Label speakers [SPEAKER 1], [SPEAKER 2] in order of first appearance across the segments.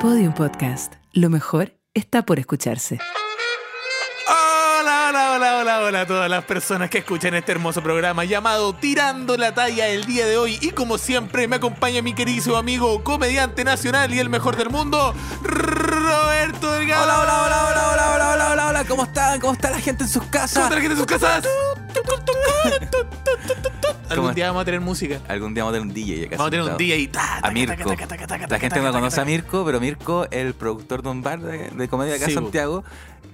[SPEAKER 1] Podium Podcast. Lo mejor está por escucharse.
[SPEAKER 2] Hola, hola, hola, hola, hola a todas las personas que escuchan este hermoso programa llamado Tirando la Talla el día de hoy. Y como siempre, me acompaña mi queridísimo amigo, comediante nacional y el mejor del mundo, Roberto Delgado.
[SPEAKER 3] Hola, hola, hola, hola, hola, hola, hola, hola, hola, ¿cómo están? ¿Cómo está la gente en sus
[SPEAKER 2] ¿Cómo
[SPEAKER 3] casas?
[SPEAKER 2] está la gente en sus casas? Algún día vamos a tener música.
[SPEAKER 3] Algún día vamos a tener un DJ acá
[SPEAKER 2] Vamos a tener un
[SPEAKER 3] sentado.
[SPEAKER 2] día y ta,
[SPEAKER 3] A Mirko.
[SPEAKER 2] taca, taca, taca,
[SPEAKER 3] La gente
[SPEAKER 2] taca,
[SPEAKER 3] no conoce
[SPEAKER 2] taca,
[SPEAKER 3] a Mirko, pero Mirko es el productor de un bar de, de comedia acá
[SPEAKER 2] Sí,
[SPEAKER 3] en
[SPEAKER 2] po.
[SPEAKER 3] Santiago.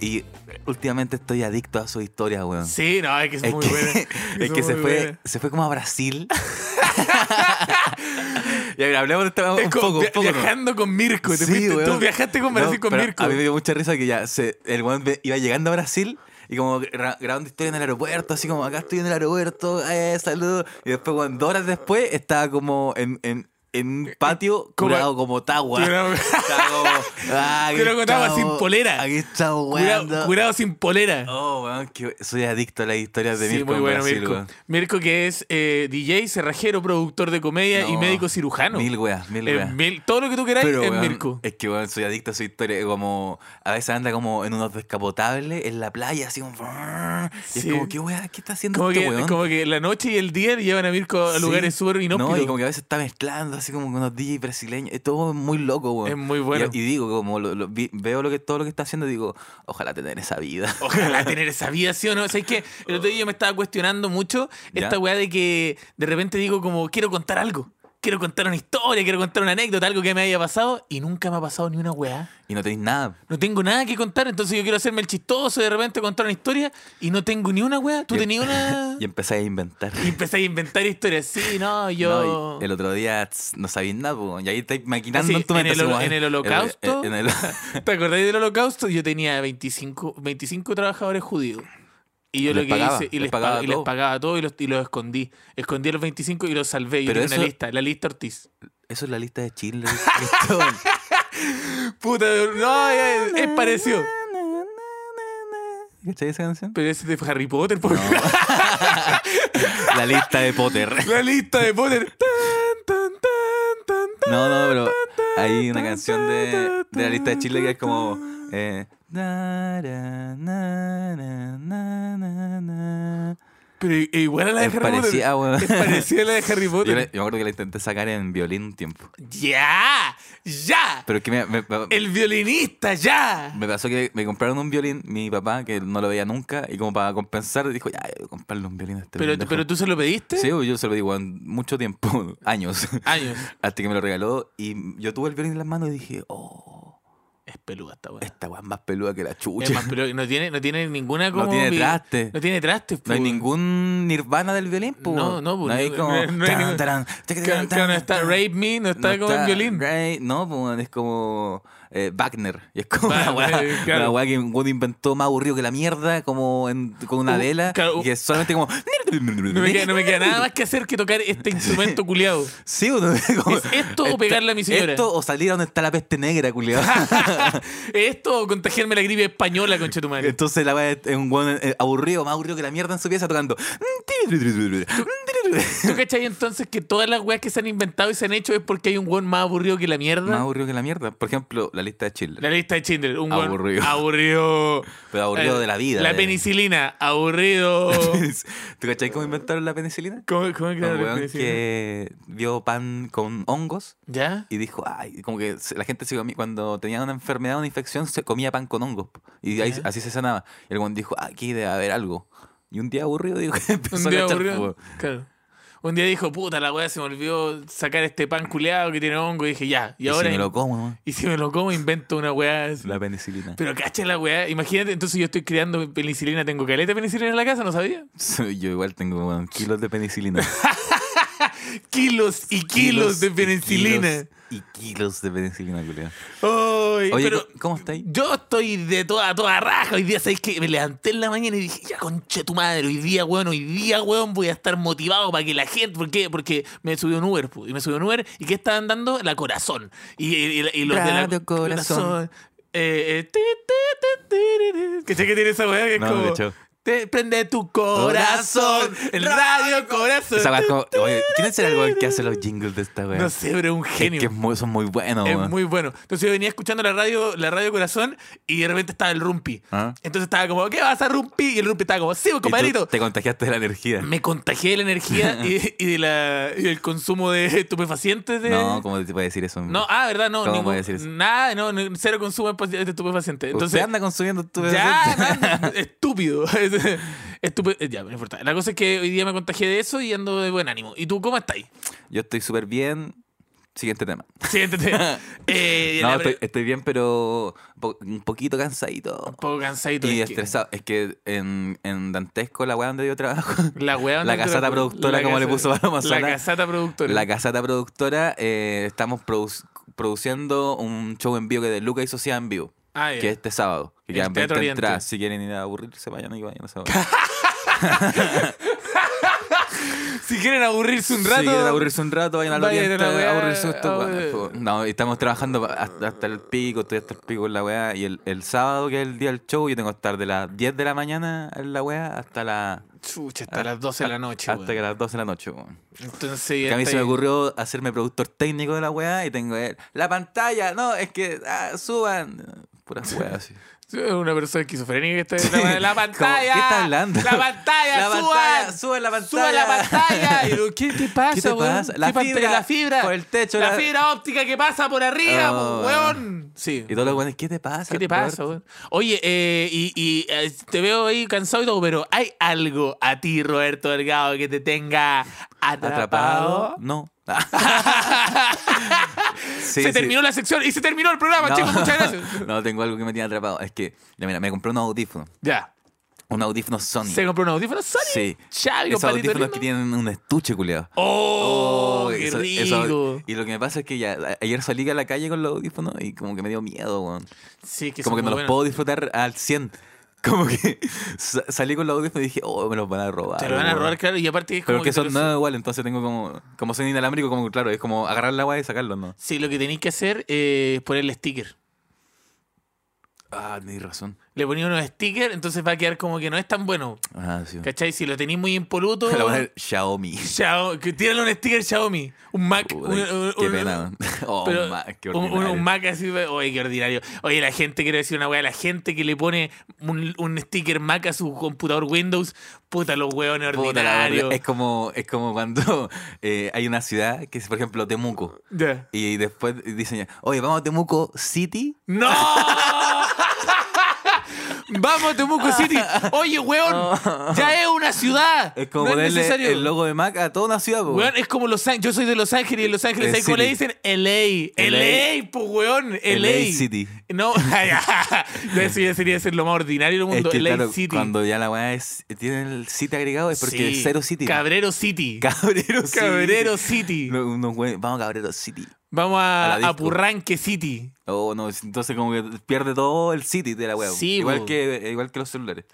[SPEAKER 3] Y últimamente estoy adicto a sus historias, weón.
[SPEAKER 2] Sí, no, es que es,
[SPEAKER 3] es
[SPEAKER 2] muy
[SPEAKER 3] que,
[SPEAKER 2] buena.
[SPEAKER 3] es que
[SPEAKER 2] muy
[SPEAKER 3] se, fue,
[SPEAKER 2] buena.
[SPEAKER 3] se fue como a Brasil. y a ver, hablemos de esta
[SPEAKER 2] Es
[SPEAKER 3] un
[SPEAKER 2] con-
[SPEAKER 3] poco, un
[SPEAKER 2] via-
[SPEAKER 3] poco. ¿no?
[SPEAKER 2] viajando con Mirko. Te
[SPEAKER 3] Sí,
[SPEAKER 2] fuiste- tú
[SPEAKER 3] weón.
[SPEAKER 2] viajaste con Brasil
[SPEAKER 3] No,
[SPEAKER 2] con
[SPEAKER 3] pero
[SPEAKER 2] Mirko.
[SPEAKER 3] A mí me dio mucha risa que ya se, el weón ve- iba llegando a Brasil y como gra- grabando historia en el aeropuerto, así como acá estoy en el aeropuerto, eh, saludos. Y después, weón, dos horas después, estaba como en, en, en
[SPEAKER 2] Eh,
[SPEAKER 3] un patio
[SPEAKER 2] como-
[SPEAKER 3] curado como Tagua.
[SPEAKER 2] Curado-
[SPEAKER 3] Estaba como, ah, aquí
[SPEAKER 2] Curado con tagua
[SPEAKER 3] estamos-
[SPEAKER 2] sin polera.
[SPEAKER 3] Aquí estamos,
[SPEAKER 2] Curado-
[SPEAKER 3] weón.
[SPEAKER 2] curado sin polera.
[SPEAKER 3] Oh, weón, que soy adicto a las historias de
[SPEAKER 2] Sí,
[SPEAKER 3] Mirko
[SPEAKER 2] muy
[SPEAKER 3] en
[SPEAKER 2] bueno,
[SPEAKER 3] Brasil,
[SPEAKER 2] Mirko.
[SPEAKER 3] weón.
[SPEAKER 2] Mirko, que es eh, DJ, cerrajero, productor de comedia y
[SPEAKER 3] No,
[SPEAKER 2] médico cirujano.
[SPEAKER 3] Mil weas, mil
[SPEAKER 2] Eh,
[SPEAKER 3] weas.
[SPEAKER 2] mil- todo lo que tú queráis
[SPEAKER 3] Pero,
[SPEAKER 2] es
[SPEAKER 3] weón,
[SPEAKER 2] Mirko.
[SPEAKER 3] Es que, weón, soy adicto a su historia. Como, a veces anda como en unos descapotables en la playa, así como. Y
[SPEAKER 2] Sí.
[SPEAKER 3] es como, ¿qué weón? ¿Qué está haciendo
[SPEAKER 2] Como
[SPEAKER 3] este
[SPEAKER 2] que,
[SPEAKER 3] weón?
[SPEAKER 2] como que la noche y el día llevan a Mirko a
[SPEAKER 3] Sí.
[SPEAKER 2] lugares súper
[SPEAKER 3] No, y como
[SPEAKER 2] inhóspitos.
[SPEAKER 3] que a veces está mezclando así como con unos DJs brasileños. Es todo muy loco, weón.
[SPEAKER 2] Es muy bueno.
[SPEAKER 3] Y, y digo, como lo- lo vi- veo lo que, todo lo que está haciendo, digo, ojalá tener esa vida.
[SPEAKER 2] Ojalá tener esa vida, ¿sí o no? O sea, es que el otro día yo me estaba cuestionando mucho
[SPEAKER 3] Ya.
[SPEAKER 2] esta weá de que de repente digo como, quiero contar algo. Quiero contar una historia, quiero contar una anécdota, algo que me haya pasado y nunca me ha pasado ni una weá.
[SPEAKER 3] Y no tenéis nada.
[SPEAKER 2] No tengo nada que contar, entonces yo quiero hacerme el chistoso y de repente contar una historia y no tengo ni una weá. ¿Tú
[SPEAKER 3] Y- em
[SPEAKER 2] tenías una...?
[SPEAKER 3] Y empecé a inventar.
[SPEAKER 2] Y empecé a inventar historias. Sí, no, yo.
[SPEAKER 3] No, y el otro día tss, no sabía nada, po, y ahí estáis maquinando
[SPEAKER 2] Así,
[SPEAKER 3] en tu
[SPEAKER 2] en
[SPEAKER 3] mente.
[SPEAKER 2] el
[SPEAKER 3] así
[SPEAKER 2] holo-
[SPEAKER 3] como,
[SPEAKER 2] en el
[SPEAKER 3] eh,
[SPEAKER 2] holocausto.
[SPEAKER 3] en el-
[SPEAKER 2] ¿Te acordáis del holocausto? Yo tenía 25, 25 trabajadores judíos. Y yo
[SPEAKER 3] Y
[SPEAKER 2] lo
[SPEAKER 3] les
[SPEAKER 2] que
[SPEAKER 3] pagaba,
[SPEAKER 2] hice, y
[SPEAKER 3] les
[SPEAKER 2] les,
[SPEAKER 3] pagaba
[SPEAKER 2] pagaba, y les
[SPEAKER 3] todo.
[SPEAKER 2] pagaba todo y los, y los escondí. Escondí a los 25 y los salvé. Yo
[SPEAKER 3] Pero
[SPEAKER 2] tenía una
[SPEAKER 3] eso-
[SPEAKER 2] lista, la lista Ortiz.
[SPEAKER 3] Eso es la lista de Chile. Cristóbal.
[SPEAKER 2] Puta, no, es, es parecido.
[SPEAKER 3] ¿Cachai esa canción?
[SPEAKER 2] Pero ese es de Harry Potter, por
[SPEAKER 3] La lista de Potter.
[SPEAKER 2] La lista de Potter. Tan, tan, tan, tan, tan.
[SPEAKER 3] No, no, pero hay una canción de, de la lista de Chile que es como. eh, na, ra, na, ra, na, na, na.
[SPEAKER 2] Pero igual a la de
[SPEAKER 3] Es
[SPEAKER 2] Harry Potter.
[SPEAKER 3] parecida, weón.
[SPEAKER 2] Es parecida a la de Harry
[SPEAKER 3] Yo,
[SPEAKER 2] Potter.
[SPEAKER 3] le- yo me acuerdo que la intenté sacar en violín un tiempo.
[SPEAKER 2] ¡Ya! ¡Ya!
[SPEAKER 3] Pero es que me, me- me-
[SPEAKER 2] ¡El violinista, ya!
[SPEAKER 3] me pasó que me compraron un violín, mi papá, que no lo veía nunca, y como para compensar, dijo, ya, voy a comprarle un violín a este
[SPEAKER 2] Pero,
[SPEAKER 3] pendejo".
[SPEAKER 2] pero tú se lo pediste?
[SPEAKER 3] Sí, yo se lo digo, mucho tiempo, años.
[SPEAKER 2] Años.
[SPEAKER 3] Hasta que me lo regaló y yo tuve el violín en las manos y dije, oh,
[SPEAKER 2] Es peluda esta weá.
[SPEAKER 3] esta weá es más peluda que la
[SPEAKER 2] Es
[SPEAKER 3] chucha.
[SPEAKER 2] más peluda. No tiene, no tiene ninguna
[SPEAKER 3] No
[SPEAKER 2] como...
[SPEAKER 3] tiene
[SPEAKER 2] vi-
[SPEAKER 3] traste.
[SPEAKER 2] No tiene traste. pues.
[SPEAKER 3] No hay ningún nirvana del violín, po.
[SPEAKER 2] No, no, po,
[SPEAKER 3] no hay
[SPEAKER 2] no-
[SPEAKER 3] como.
[SPEAKER 2] no- no hay
[SPEAKER 3] taran,
[SPEAKER 2] ningún-
[SPEAKER 3] taran,
[SPEAKER 2] Que,
[SPEAKER 3] taran,
[SPEAKER 2] que
[SPEAKER 3] taran,
[SPEAKER 2] no está
[SPEAKER 3] taran.
[SPEAKER 2] Rape Me, no está como
[SPEAKER 3] está
[SPEAKER 2] en violín.
[SPEAKER 3] Ray- no, po, es como eh, Wagner. Y es como una
[SPEAKER 2] Wagner, eh,
[SPEAKER 3] weá
[SPEAKER 2] claro.
[SPEAKER 3] una weá que un weón inventó más aburrido que la mierda, como en- con una
[SPEAKER 2] Uh,
[SPEAKER 3] vela.
[SPEAKER 2] claro, uh.
[SPEAKER 3] y que es solamente como.
[SPEAKER 2] No me, queda, no me queda nada más que hacer que tocar este instrumento culiado.
[SPEAKER 3] Sí, uno- como-
[SPEAKER 2] ¿Es esto o
[SPEAKER 3] esta-
[SPEAKER 2] pegarle a mi señora?
[SPEAKER 3] Esto o salir a donde está la peste negra, culiado.
[SPEAKER 2] Esto o contagiarme la gripe española, concha tu madre.
[SPEAKER 3] Entonces la weá es es un weón eh, aburrido, más aburrido que la mierda en su pieza tocando.
[SPEAKER 2] ¿Tú cachai entonces que todas las weas que se han inventado y se han hecho es porque hay un weón más aburrido que la mierda?
[SPEAKER 3] Más aburrido que la mierda. Por ejemplo, la lista de
[SPEAKER 2] La
[SPEAKER 3] Chile.
[SPEAKER 2] lista de Schindler, un weón
[SPEAKER 3] Aburrido.
[SPEAKER 2] aburrido.
[SPEAKER 3] Pero aburrido
[SPEAKER 2] Eh,
[SPEAKER 3] de la vida.
[SPEAKER 2] La
[SPEAKER 3] de-
[SPEAKER 2] penicilina, aburrido.
[SPEAKER 3] ¿Tú cachai cómo inventaron la penicilina?
[SPEAKER 2] ¿Cómo, cómo es que
[SPEAKER 3] Un
[SPEAKER 2] era la
[SPEAKER 3] weón
[SPEAKER 2] penicilina?
[SPEAKER 3] que vio pan con hongos
[SPEAKER 2] ¿Ya?
[SPEAKER 3] y dijo, ay, como que se- la gente se comía- cuando tenía una enfermedad, una infección, se comía pan con hongos. po. Y ahí-
[SPEAKER 2] Ya.
[SPEAKER 3] así se sanaba. Y el weón dijo, aquí debe haber algo. Y un día aburrido, digo, empezó
[SPEAKER 2] Un día
[SPEAKER 3] a cachar,
[SPEAKER 2] aburrido.
[SPEAKER 3] po.
[SPEAKER 2] Claro. Un día dijo, puta, la weá se me olvidó sacar este pan culeado que tiene hongo. Y dije, ya. Y,
[SPEAKER 3] Y,
[SPEAKER 2] ahora.
[SPEAKER 3] si me lo como, ¿no?
[SPEAKER 2] y si me lo como, invento una weá. así.
[SPEAKER 3] La penicilina.
[SPEAKER 2] Pero cacha la weá. Imagínate, entonces yo estoy creando penicilina. Tengo caleta de penicilina en la casa, ¿no sabía?
[SPEAKER 3] Yo igual tengo weón, kilos de penicilina.
[SPEAKER 2] Kilos y kilos, de
[SPEAKER 3] y
[SPEAKER 2] penicilina.
[SPEAKER 3] Y kilos, de penicilina, culiao.
[SPEAKER 2] Ay,
[SPEAKER 3] Oye,
[SPEAKER 2] pero.
[SPEAKER 3] ¿cómo- ¿cómo estáis?
[SPEAKER 2] Yo estoy de toda, toda raja. Hoy día, ¿sabéis que Me levanté en la mañana y dije, ya conche tu madre, hoy día, weón, hoy día, weón, voy a estar motivado para que la gente. ¿Por qué? Porque me subió un Uber, pu, y me subió un Uber, ¿y qué estaban dando? La corazón. Y, y- y- y los de la
[SPEAKER 3] Radio Corazón.
[SPEAKER 2] Eh, eh, ti, ti, ti, ti, ti, ti. ¿Cachai que tiene esa weá que es
[SPEAKER 3] No,
[SPEAKER 2] como.
[SPEAKER 3] de hecho.
[SPEAKER 2] Te prende tu corazón, el radio corazón.
[SPEAKER 3] Esa weá es como. Oye, ¿quién será el weón que hace los jingles de esta weá?
[SPEAKER 2] No sé, pero es un
[SPEAKER 3] Es
[SPEAKER 2] genio.
[SPEAKER 3] que es muy- son muy buenos,
[SPEAKER 2] Es
[SPEAKER 3] weón.
[SPEAKER 2] muy bueno. Entonces yo venía escuchando la radio, la radio Corazón y de repente estaba el Rumpi.
[SPEAKER 3] Ah.
[SPEAKER 2] Entonces estaba como, ¿qué vas a Rumpi? Y el Rumpi estaba como, sí, pues,
[SPEAKER 3] Y tú
[SPEAKER 2] compadrito.
[SPEAKER 3] Te contagiaste de la energía.
[SPEAKER 2] Me contagié de la energía y, y de la, y del consumo de estupefacientes. De...
[SPEAKER 3] No, ¿cómo te puede decir eso?
[SPEAKER 2] No, ah, ¿verdad? No,
[SPEAKER 3] ¿Cómo
[SPEAKER 2] ningún-
[SPEAKER 3] puede decir eso?
[SPEAKER 2] nada, no, no, cero consumo de estupefacientes.
[SPEAKER 3] Usted
[SPEAKER 2] Entonces,
[SPEAKER 3] anda consumiendo tu
[SPEAKER 2] ya, man, estúpido. Estúpido. Ya, no importa. La cosa es que hoy día me contagié de eso y ando de buen ánimo. ¿Y tú cómo estás?
[SPEAKER 3] Yo estoy súper bien. Siguiente tema.
[SPEAKER 2] Siguiente tema. Eh,
[SPEAKER 3] No,
[SPEAKER 2] la-
[SPEAKER 3] estoy, estoy bien, pero po- un poquito cansadito.
[SPEAKER 2] Un poco cansadito.
[SPEAKER 3] Y
[SPEAKER 2] es que-
[SPEAKER 3] estresado. Es que en, en Dantesco, la weá donde yo trabajo,
[SPEAKER 2] La weá
[SPEAKER 3] La
[SPEAKER 2] donde tú
[SPEAKER 3] casata
[SPEAKER 2] la-
[SPEAKER 3] productora, como le puso Paloma Sala.
[SPEAKER 2] La casata productora.
[SPEAKER 3] la casata productora, eh, estamos produc- produciendo un show en vivo que de Luca y Sociedad en vivo.
[SPEAKER 2] Ah, ya.
[SPEAKER 3] Que este sábado. Que
[SPEAKER 2] El
[SPEAKER 3] quedan
[SPEAKER 2] Teatro
[SPEAKER 3] 20
[SPEAKER 2] Oriente.
[SPEAKER 3] entradas. Si quieren ir a aburrirse, vayan y vayan a sábado.
[SPEAKER 2] Si quieren aburrirse un rato.
[SPEAKER 3] Si quieren aburrirse un rato, vayan al
[SPEAKER 2] Vayan a
[SPEAKER 3] oriente,
[SPEAKER 2] la weá,
[SPEAKER 3] aburrirse un rato.
[SPEAKER 2] aburrir-
[SPEAKER 3] Fue- No, y estamos trabajando pa- hasta, hasta el pico, estoy hasta el pico en la weá. Y el, el sábado, que es el día del show, yo tengo que estar de las 10 de la mañana en la weá hasta, la,
[SPEAKER 2] Chucha, hasta las 12 de la noche.
[SPEAKER 3] Ah, hasta
[SPEAKER 2] weón.
[SPEAKER 3] que las 12 de la noche. weón.
[SPEAKER 2] Entonces,
[SPEAKER 3] Que a mí
[SPEAKER 2] hasta
[SPEAKER 3] se me
[SPEAKER 2] ahí.
[SPEAKER 3] ocurrió hacerme productor técnico de la weá y tengo el- la pantalla, no, es que ah, suban. Puras weas así.
[SPEAKER 2] Sí, es Una persona esquizofrénica que está en la, la
[SPEAKER 3] Como,
[SPEAKER 2] pantalla.
[SPEAKER 3] ¿qué está hablando?
[SPEAKER 2] La pantalla,
[SPEAKER 3] La
[SPEAKER 2] suban,
[SPEAKER 3] pantalla, suban la
[SPEAKER 2] Suban la
[SPEAKER 3] pantalla.
[SPEAKER 2] pantalla. Y yo, ¿Qué te pasa,
[SPEAKER 3] ¿Qué te
[SPEAKER 2] weón?
[SPEAKER 3] pasa?
[SPEAKER 2] ¿Qué
[SPEAKER 3] La
[SPEAKER 2] pantalla?
[SPEAKER 3] fibra
[SPEAKER 2] la fibra.
[SPEAKER 3] por el techo,
[SPEAKER 2] La,
[SPEAKER 3] la-
[SPEAKER 2] fibra óptica que pasa por arriba,
[SPEAKER 3] Oh,
[SPEAKER 2] pues, weón. Sí.
[SPEAKER 3] Y todos los weones, ¿qué te pasa?
[SPEAKER 2] ¿Qué te
[SPEAKER 3] Alberto?
[SPEAKER 2] pasa, weón? Oye, eh, y, y, eh, te veo ahí cansado y todo, pero ¿hay algo a ti, Roberto Delgado, que te tenga atrapado?
[SPEAKER 3] ¿Atrapado? No.
[SPEAKER 2] se
[SPEAKER 3] Sí, sí.
[SPEAKER 2] terminó la sección y se terminó el programa,
[SPEAKER 3] No.
[SPEAKER 2] chicos. Muchas gracias.
[SPEAKER 3] No, tengo algo que me tiene atrapado. Es que, ya mira, me compré un audífono.
[SPEAKER 2] ya.
[SPEAKER 3] Un audífono Sony.
[SPEAKER 2] Se compró un audífono Sony.
[SPEAKER 3] Sí.
[SPEAKER 2] Chavi,
[SPEAKER 3] Esos
[SPEAKER 2] compadrito
[SPEAKER 3] audífonos
[SPEAKER 2] lindo.
[SPEAKER 3] que tienen un estuche, culiado.
[SPEAKER 2] ¡Oh! ¡Qué
[SPEAKER 3] eso- eso-
[SPEAKER 2] rico!
[SPEAKER 3] y lo que me pasa es que ya a- ayer salí a la calle con los audífonos y como que me dio miedo, weón.
[SPEAKER 2] sí, que
[SPEAKER 3] como
[SPEAKER 2] son
[SPEAKER 3] que no
[SPEAKER 2] muy buenos.
[SPEAKER 3] los puedo disfrutar al 100. Como que sa- salí con los audífonos y dije, oh, me los van a robar.
[SPEAKER 2] Te lo van a
[SPEAKER 3] weón.
[SPEAKER 2] robar, claro. Y aparte es como
[SPEAKER 3] Pero que son
[SPEAKER 2] te los-
[SPEAKER 3] nada igual, entonces tengo como. Como son inalámbricos, como claro, es como agarrar la agua y sacarlos, ¿no?
[SPEAKER 2] Sí, lo que tenéis que hacer eh, es ponerle sticker.
[SPEAKER 3] Ah, tenéis razón.
[SPEAKER 2] Le ponía unos stickers, entonces va a quedar como que no es tan bueno.
[SPEAKER 3] Ah, sí.
[SPEAKER 2] ¿Cachai? Si lo tenéis muy impoluto.
[SPEAKER 3] Le voy a poner Xiaomi.
[SPEAKER 2] Xiao- que tírale un sticker Xiaomi. Un Mac.
[SPEAKER 3] Puta,
[SPEAKER 2] un- un-
[SPEAKER 3] qué
[SPEAKER 2] un-
[SPEAKER 3] pena. weón. Oh,
[SPEAKER 2] pero
[SPEAKER 3] ma- qué
[SPEAKER 2] un- un-
[SPEAKER 3] ordinario.
[SPEAKER 2] un Mac así, oye, qué ordinario. Oye, la gente, quiero decir una weá, la gente que le pone un, un sticker Mac a su computador Windows, puta, los weones
[SPEAKER 3] Puta la verdad,
[SPEAKER 2] ordinarios.
[SPEAKER 3] Es como, es como cuando eh, hay una ciudad que es, por ejemplo, Temuco.
[SPEAKER 2] Ya.
[SPEAKER 3] Y después dicen, oye, vamos a Temuco City.
[SPEAKER 2] ¡No! Vamos, Temuco City. Oye, weón, ya es una ciudad.
[SPEAKER 3] Es como
[SPEAKER 2] no es
[SPEAKER 3] ponerle
[SPEAKER 2] necesario.
[SPEAKER 3] el logo de Mac a toda una ciudad. po.
[SPEAKER 2] Weón, es como Los Ángeles. Yo soy de Los Ángeles y en Los Ángeles,
[SPEAKER 3] Eh,
[SPEAKER 2] ¿sabes cómo le
[SPEAKER 3] City.
[SPEAKER 2] dicen? LA.
[SPEAKER 3] LA.
[SPEAKER 2] LA, pues, weón. LA.
[SPEAKER 3] LA City.
[SPEAKER 2] No, eso ya sería ser lo más ordinario del
[SPEAKER 3] Es
[SPEAKER 2] mundo.
[SPEAKER 3] que,
[SPEAKER 2] LA
[SPEAKER 3] claro,
[SPEAKER 2] City.
[SPEAKER 3] Cuando ya la weá es, tiene el City agregado es porque
[SPEAKER 2] Sí.
[SPEAKER 3] es cero City.
[SPEAKER 2] Cabrero City.
[SPEAKER 3] Cabrero City.
[SPEAKER 2] Cabrero City.
[SPEAKER 3] No, unos güeyes, vamos a Cabrero City.
[SPEAKER 2] Vamos
[SPEAKER 3] A
[SPEAKER 2] a,
[SPEAKER 3] la disco.
[SPEAKER 2] a Purranque City.
[SPEAKER 3] Oh, no, entonces como que pierde todo el City de la weá.
[SPEAKER 2] Sí, po.
[SPEAKER 3] igual que, igual que los celulares.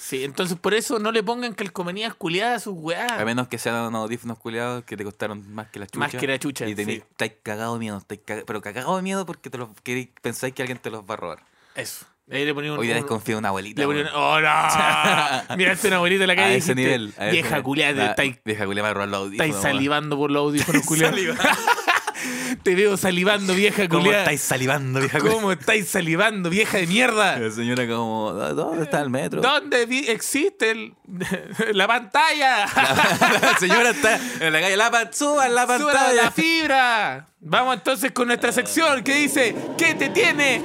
[SPEAKER 2] Sí, entonces por eso no le pongan calcomanías culiadas a sus
[SPEAKER 3] A
[SPEAKER 2] weás.
[SPEAKER 3] menos que sean unos audífonos culiados que te costaron más que la chucha.
[SPEAKER 2] Más que la chucha,
[SPEAKER 3] Y tenés,
[SPEAKER 2] sí.
[SPEAKER 3] estáis cagado de miedo. estáis caga- pero cagado de miedo porque te los, queréis- pensáis que alguien te los va a robar.
[SPEAKER 2] Eso. Ahí le ponía un.
[SPEAKER 3] Hoy día
[SPEAKER 2] un-
[SPEAKER 3] desconfío de una abuelita.
[SPEAKER 2] le ponía un.
[SPEAKER 3] weón.
[SPEAKER 2] ¡Oh, no! Miraste a una abuelita en la calle.
[SPEAKER 3] a
[SPEAKER 2] y
[SPEAKER 3] ese
[SPEAKER 2] dijiste,
[SPEAKER 3] nivel. a ese
[SPEAKER 2] Vieja
[SPEAKER 3] nivel.
[SPEAKER 2] culiada,
[SPEAKER 3] La-
[SPEAKER 2] estáis
[SPEAKER 3] Vieja culiada me va a robar los audífonos.
[SPEAKER 2] Estáis
[SPEAKER 3] weón.
[SPEAKER 2] salivando por los audífonos, culiados.
[SPEAKER 3] salivando.
[SPEAKER 2] Te veo salivando, vieja
[SPEAKER 3] ¿Cómo
[SPEAKER 2] culiada.
[SPEAKER 3] estáis salivando, vieja culiada?
[SPEAKER 2] ¿Cómo estáis salivando, vieja de mierda?
[SPEAKER 3] La señora como, "¿Dó- ¿dónde está el metro?
[SPEAKER 2] ¿Dónde vi- existe el- la pantalla?
[SPEAKER 3] la señora está en la calle. La pan, suban la
[SPEAKER 2] Suba la- la
[SPEAKER 3] pantalla.
[SPEAKER 2] fibra! Vamos entonces con nuestra sección que dice ¿Qué te tiene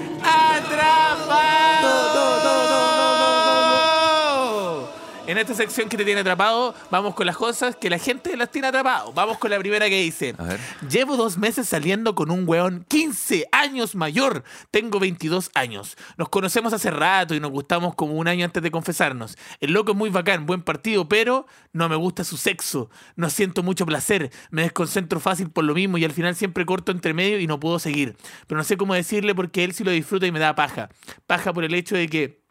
[SPEAKER 2] atrapado? En esta sección que te tiene atrapado, vamos con las cosas que la gente las tiene atrapado. Vamos con la primera que dice.
[SPEAKER 3] A ver.
[SPEAKER 2] Llevo dos meses saliendo con un weón 15 años mayor. Tengo 22 años. Nos conocemos hace rato y nos gustamos como un año antes de confesarnos. El loco es muy bacán, buen partido, pero no me gusta su sexo. No siento mucho placer. Me desconcentro fácil por lo mismo y al final siempre corto entre medio y no puedo seguir. Pero no sé cómo decirle porque él sí lo disfruta y me da paja. Paja por el hecho de que...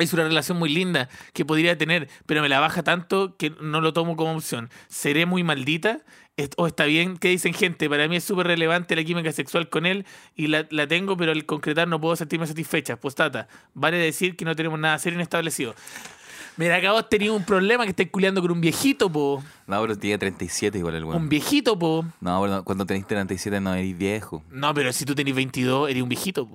[SPEAKER 2] Es una relación muy linda que podría tener, pero me la baja tanto que no lo tomo como opción. ¿Seré muy maldita? Est- ¿O está bien? ¿Qué dicen gente? Para mí es súper relevante la química sexual con él y la, la tengo, pero al concretar no puedo sentirme satisfecha. Postata, vale decir que no tenemos nada serio ni establecido. Mira, acá vos tenías un problema que estáis culiando con un viejito, po.
[SPEAKER 3] No, pero tiene 37 igual el
[SPEAKER 2] Un
[SPEAKER 3] weón.
[SPEAKER 2] viejito, po.
[SPEAKER 3] No, pero no, cuando tenés 37 no eres viejo.
[SPEAKER 2] No, pero si tú tenés 22, eres un viejito, po.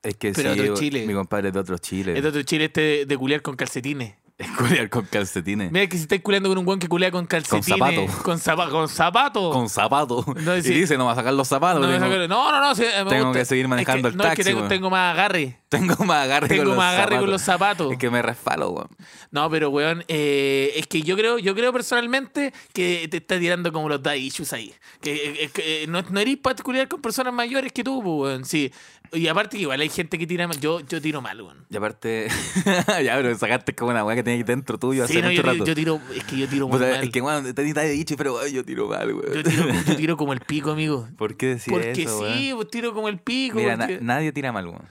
[SPEAKER 3] Es que
[SPEAKER 2] Pero
[SPEAKER 3] sí,
[SPEAKER 2] otro
[SPEAKER 3] weón,
[SPEAKER 2] Chile.
[SPEAKER 3] mi compadre es de otro Chile.
[SPEAKER 2] Esto es tu chile este de, de culiar con calcetines.
[SPEAKER 3] Es culiar con calcetines.
[SPEAKER 2] Mira que si estáis culiando con un weón que culea con calcetines.
[SPEAKER 3] zapato.
[SPEAKER 2] Con zapato. Con zapato.
[SPEAKER 3] Con zapatos.
[SPEAKER 2] No, sí.
[SPEAKER 3] Y dice, no va a sacar los zapatos.
[SPEAKER 2] no, me
[SPEAKER 3] Ah, tengo,
[SPEAKER 2] saco- no, no, no, sí, me
[SPEAKER 3] tengo
[SPEAKER 2] gusta.
[SPEAKER 3] que seguir
[SPEAKER 2] Es
[SPEAKER 3] manejando el
[SPEAKER 2] no, Es
[SPEAKER 3] taxi,
[SPEAKER 2] que tengo,
[SPEAKER 3] weón.
[SPEAKER 2] tengo más agarre.
[SPEAKER 3] tengo más agarre
[SPEAKER 2] Tengo
[SPEAKER 3] con los
[SPEAKER 2] más agarre
[SPEAKER 3] zapatos.
[SPEAKER 2] con los zapatos.
[SPEAKER 3] Es que me resfalo, weón.
[SPEAKER 2] No, pero weón, eh, es que yo creo, yo creo personalmente que te está tirando como los da issues ahí. Que, eh, que, eh, no, no eres particular con personas mayores que tú, po, weón. Sí. Y aparte que igual hay gente que tira mal. Yo, yo tiro mal, weón.
[SPEAKER 3] Y aparte, ya, pero sacaste como una weá que tenías dentro tuyo
[SPEAKER 2] Sí,
[SPEAKER 3] hace
[SPEAKER 2] no,
[SPEAKER 3] mucho
[SPEAKER 2] yo, tiro-
[SPEAKER 3] rato.
[SPEAKER 2] yo tiro, es que yo tiro muy
[SPEAKER 3] Puta,
[SPEAKER 2] mal.
[SPEAKER 3] es que, weón, te te he dicho, pero ay, yo tiro mal, weón.
[SPEAKER 2] yo, tiro, yo tiro como el pico, amigo.
[SPEAKER 3] ¿Por qué decir
[SPEAKER 2] porque
[SPEAKER 3] eso,
[SPEAKER 2] sí,
[SPEAKER 3] weón?
[SPEAKER 2] pues tiro como el pico.
[SPEAKER 3] Mira, na-
[SPEAKER 2] porque-
[SPEAKER 3] nadie tira mal, weón.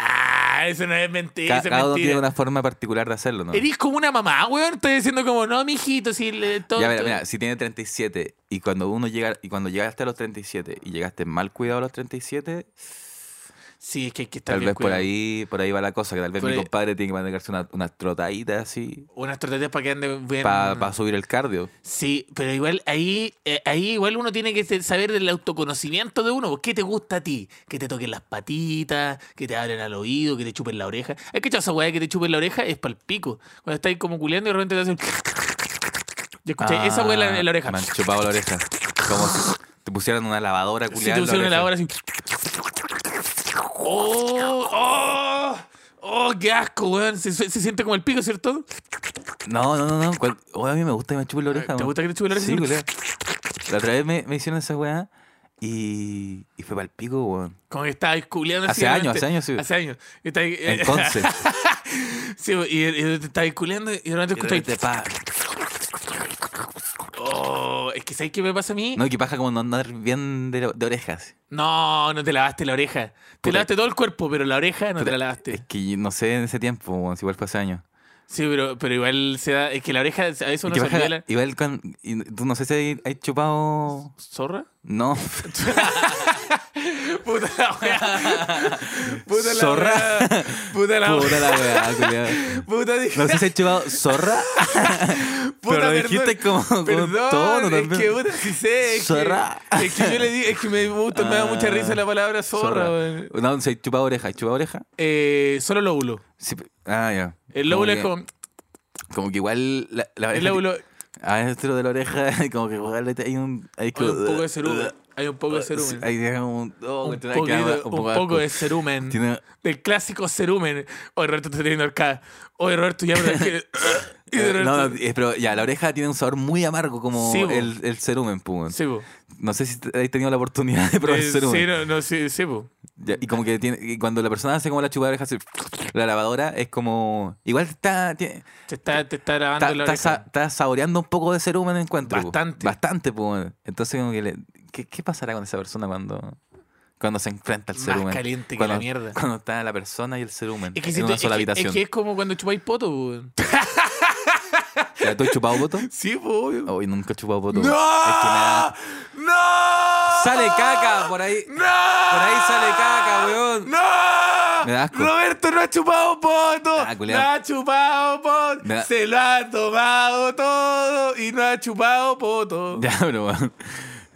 [SPEAKER 2] nah, eso no es mentira.
[SPEAKER 3] Ca-
[SPEAKER 2] eso es
[SPEAKER 3] cada uno
[SPEAKER 2] mentira.
[SPEAKER 3] tiene una forma particular de hacerlo, ¿no?
[SPEAKER 2] Eres como una mamá, weón. Estoy diciendo como, no, mijito, si le- todo.
[SPEAKER 3] Ya, mira, mira, si tiene 37 y cuando uno llega y cuando llegaste a los 37 y llegaste mal cuidado a los 37,
[SPEAKER 2] Sí, es que hay que estar
[SPEAKER 3] tal
[SPEAKER 2] bien
[SPEAKER 3] vez por
[SPEAKER 2] cuidado.
[SPEAKER 3] ahí por ahí va la cosa, que tal vez
[SPEAKER 2] Por
[SPEAKER 3] mi
[SPEAKER 2] ahí-
[SPEAKER 3] compadre tiene que manejarse una, una trotadita así
[SPEAKER 2] Unas tortillas para que ande bien.
[SPEAKER 3] para subir el cardio.
[SPEAKER 2] Sí, pero igual ahí, eh, ahí igual uno tiene que se- saber del autoconocimiento de uno. pues, ¿Qué te gusta a ti? Que te toquen las patitas, que te abren al oído, que te chupen la oreja. Es que esa weá de que te chupen la oreja es pa'l pico. Cuando estáis como culeando y de repente te hacen. Yo escuché
[SPEAKER 3] Ah,
[SPEAKER 2] esa weá en la, en la oreja.
[SPEAKER 3] Me han chupado la oreja. Como si te pusieran una lavadora
[SPEAKER 2] Si
[SPEAKER 3] culiada.
[SPEAKER 2] te
[SPEAKER 3] en la
[SPEAKER 2] pusieron la
[SPEAKER 3] oreja.
[SPEAKER 2] hora así. ¡Oh! ¡Oh! ¡Oh! ¡Qué asco, weón! Se, se siente como el pico, ¿cierto?
[SPEAKER 3] No, no, no, no. cual- oh, a mí me gusta que me chupen la oreja.
[SPEAKER 2] ¿Te
[SPEAKER 3] weón.
[SPEAKER 2] gusta que te chupen la oreja?
[SPEAKER 3] Sí, culiao. La otra vez me, me hicieron esa weá y, y fue para el pico, weón.
[SPEAKER 2] Como que estabas culeando así,
[SPEAKER 3] Hace
[SPEAKER 2] de
[SPEAKER 3] años,
[SPEAKER 2] repente.
[SPEAKER 3] hace años, sí.
[SPEAKER 2] Hace años. Y estabas-
[SPEAKER 3] Entonces.
[SPEAKER 2] Sí, y, y te estabas culeando y de repente
[SPEAKER 3] Y de repente,
[SPEAKER 2] escucháis.
[SPEAKER 3] este pa,
[SPEAKER 2] Oh, es que ¿sabes qué me pasa a mí?
[SPEAKER 3] No, y que paja como no andar bien de, de orejas.
[SPEAKER 2] No, no te lavaste la oreja. Te
[SPEAKER 3] Puta.
[SPEAKER 2] lavaste todo el cuerpo, pero la oreja no te la lavaste.
[SPEAKER 3] Es que no sé en ese tiempo, weón, si igual fue hace años.
[SPEAKER 2] Sí, pero, pero igual se da. Es que la oreja, a veces
[SPEAKER 3] Y
[SPEAKER 2] uno
[SPEAKER 3] que
[SPEAKER 2] se
[SPEAKER 3] paja,
[SPEAKER 2] olvida la.
[SPEAKER 3] igual con, y tú no sé si hay, hay chupado.
[SPEAKER 2] ¿Zorra?
[SPEAKER 3] No.
[SPEAKER 2] Puta la wea. Puta la
[SPEAKER 3] Zorra.
[SPEAKER 2] wea. Puta la
[SPEAKER 3] Puta
[SPEAKER 2] wea.
[SPEAKER 3] la weá, culiao.
[SPEAKER 2] Puta dije.
[SPEAKER 3] No sé si hay chupado zorra.
[SPEAKER 2] Puta,
[SPEAKER 3] pero lo
[SPEAKER 2] perdón.
[SPEAKER 3] dijiste como con
[SPEAKER 2] Perdón,
[SPEAKER 3] tono
[SPEAKER 2] es
[SPEAKER 3] también.
[SPEAKER 2] que puta, sí sé. Es que-
[SPEAKER 3] Zorra. Ah,
[SPEAKER 2] Es que, yo le di, es que me gusta, me da mucha risa la palabra zorra. weón.
[SPEAKER 3] No, si hay chupado oreja. ¿Hay chupado oreja?
[SPEAKER 2] Eh, solo lóbulo.
[SPEAKER 3] Sí, pe- ah, ya.
[SPEAKER 2] El lóbulo
[SPEAKER 3] que-
[SPEAKER 2] es como.
[SPEAKER 3] Como que igual la, la
[SPEAKER 2] El
[SPEAKER 3] oreja.
[SPEAKER 2] lóbulo.
[SPEAKER 3] Adentro de la oreja, como que igual hay un. Hay,
[SPEAKER 2] Hay un poco de cerumen.
[SPEAKER 3] cerúmen
[SPEAKER 2] Hay un poco de cerumen.
[SPEAKER 3] Hay un. oh,
[SPEAKER 2] Un,
[SPEAKER 3] te da que
[SPEAKER 2] poquito-
[SPEAKER 3] dar
[SPEAKER 2] un
[SPEAKER 3] asco.
[SPEAKER 2] poco de cerumen.
[SPEAKER 3] Tiene-
[SPEAKER 2] Del clásico cerumen. Oye, Roberto, te estoy teniendo acá. Oye, Roberto, ya me Y de
[SPEAKER 3] Eh, No, no,
[SPEAKER 2] Roberto-
[SPEAKER 3] eh, pero ya, la oreja tiene un sabor muy amargo como
[SPEAKER 2] Sí, bo.
[SPEAKER 3] el, el cerumen, po, weón.
[SPEAKER 2] Sí, po.
[SPEAKER 3] No sé si te- habéis tenido la oportunidad de probar
[SPEAKER 2] Eh,
[SPEAKER 3] el
[SPEAKER 2] sí,
[SPEAKER 3] cerumen.
[SPEAKER 2] no, no, sí, sí, po.
[SPEAKER 3] Ya, y como que tiene, y cuando la persona hace como la chupada de oreja, hace la lavadora, es como... Igual está, tiene-
[SPEAKER 2] Te está, te está grabando
[SPEAKER 3] está,
[SPEAKER 2] la
[SPEAKER 3] está,
[SPEAKER 2] oreja.
[SPEAKER 3] sa- está saboreando un poco de cerumen encuentro. po.
[SPEAKER 2] Bastante.
[SPEAKER 3] pues. Bastante, po, weón. Entonces como que le- ¿qué, qué pasará con esa persona cuando... Cuando se enfrenta al
[SPEAKER 2] Más
[SPEAKER 3] cerumen.
[SPEAKER 2] caliente que
[SPEAKER 3] cuando,
[SPEAKER 2] la mierda.
[SPEAKER 3] Cuando está la persona y el cerumen
[SPEAKER 2] Es que,
[SPEAKER 3] en
[SPEAKER 2] si
[SPEAKER 3] una
[SPEAKER 2] tú-
[SPEAKER 3] sola
[SPEAKER 2] es que- es
[SPEAKER 3] habitación.
[SPEAKER 2] que es como cuando chupáis poto, po, weón.
[SPEAKER 3] ¿Ya tú has chupado poto?
[SPEAKER 2] Sí, po, obvio.
[SPEAKER 3] Hoy nunca he chupado poto.
[SPEAKER 2] ¡No!
[SPEAKER 3] weón. Es que me da-
[SPEAKER 2] ¡No!
[SPEAKER 3] Sale caca por ahí.
[SPEAKER 2] ¡No!
[SPEAKER 3] Por ahí sale caca, weón.
[SPEAKER 2] ¡No!
[SPEAKER 3] Me da asco.
[SPEAKER 2] Roberto no ha chupado poto.
[SPEAKER 3] Ah, culiao.
[SPEAKER 2] no ha chupado poto.
[SPEAKER 3] Me da-
[SPEAKER 2] Se lo ha tomado todo y no ha chupado poto.
[SPEAKER 3] Ya, pero weón.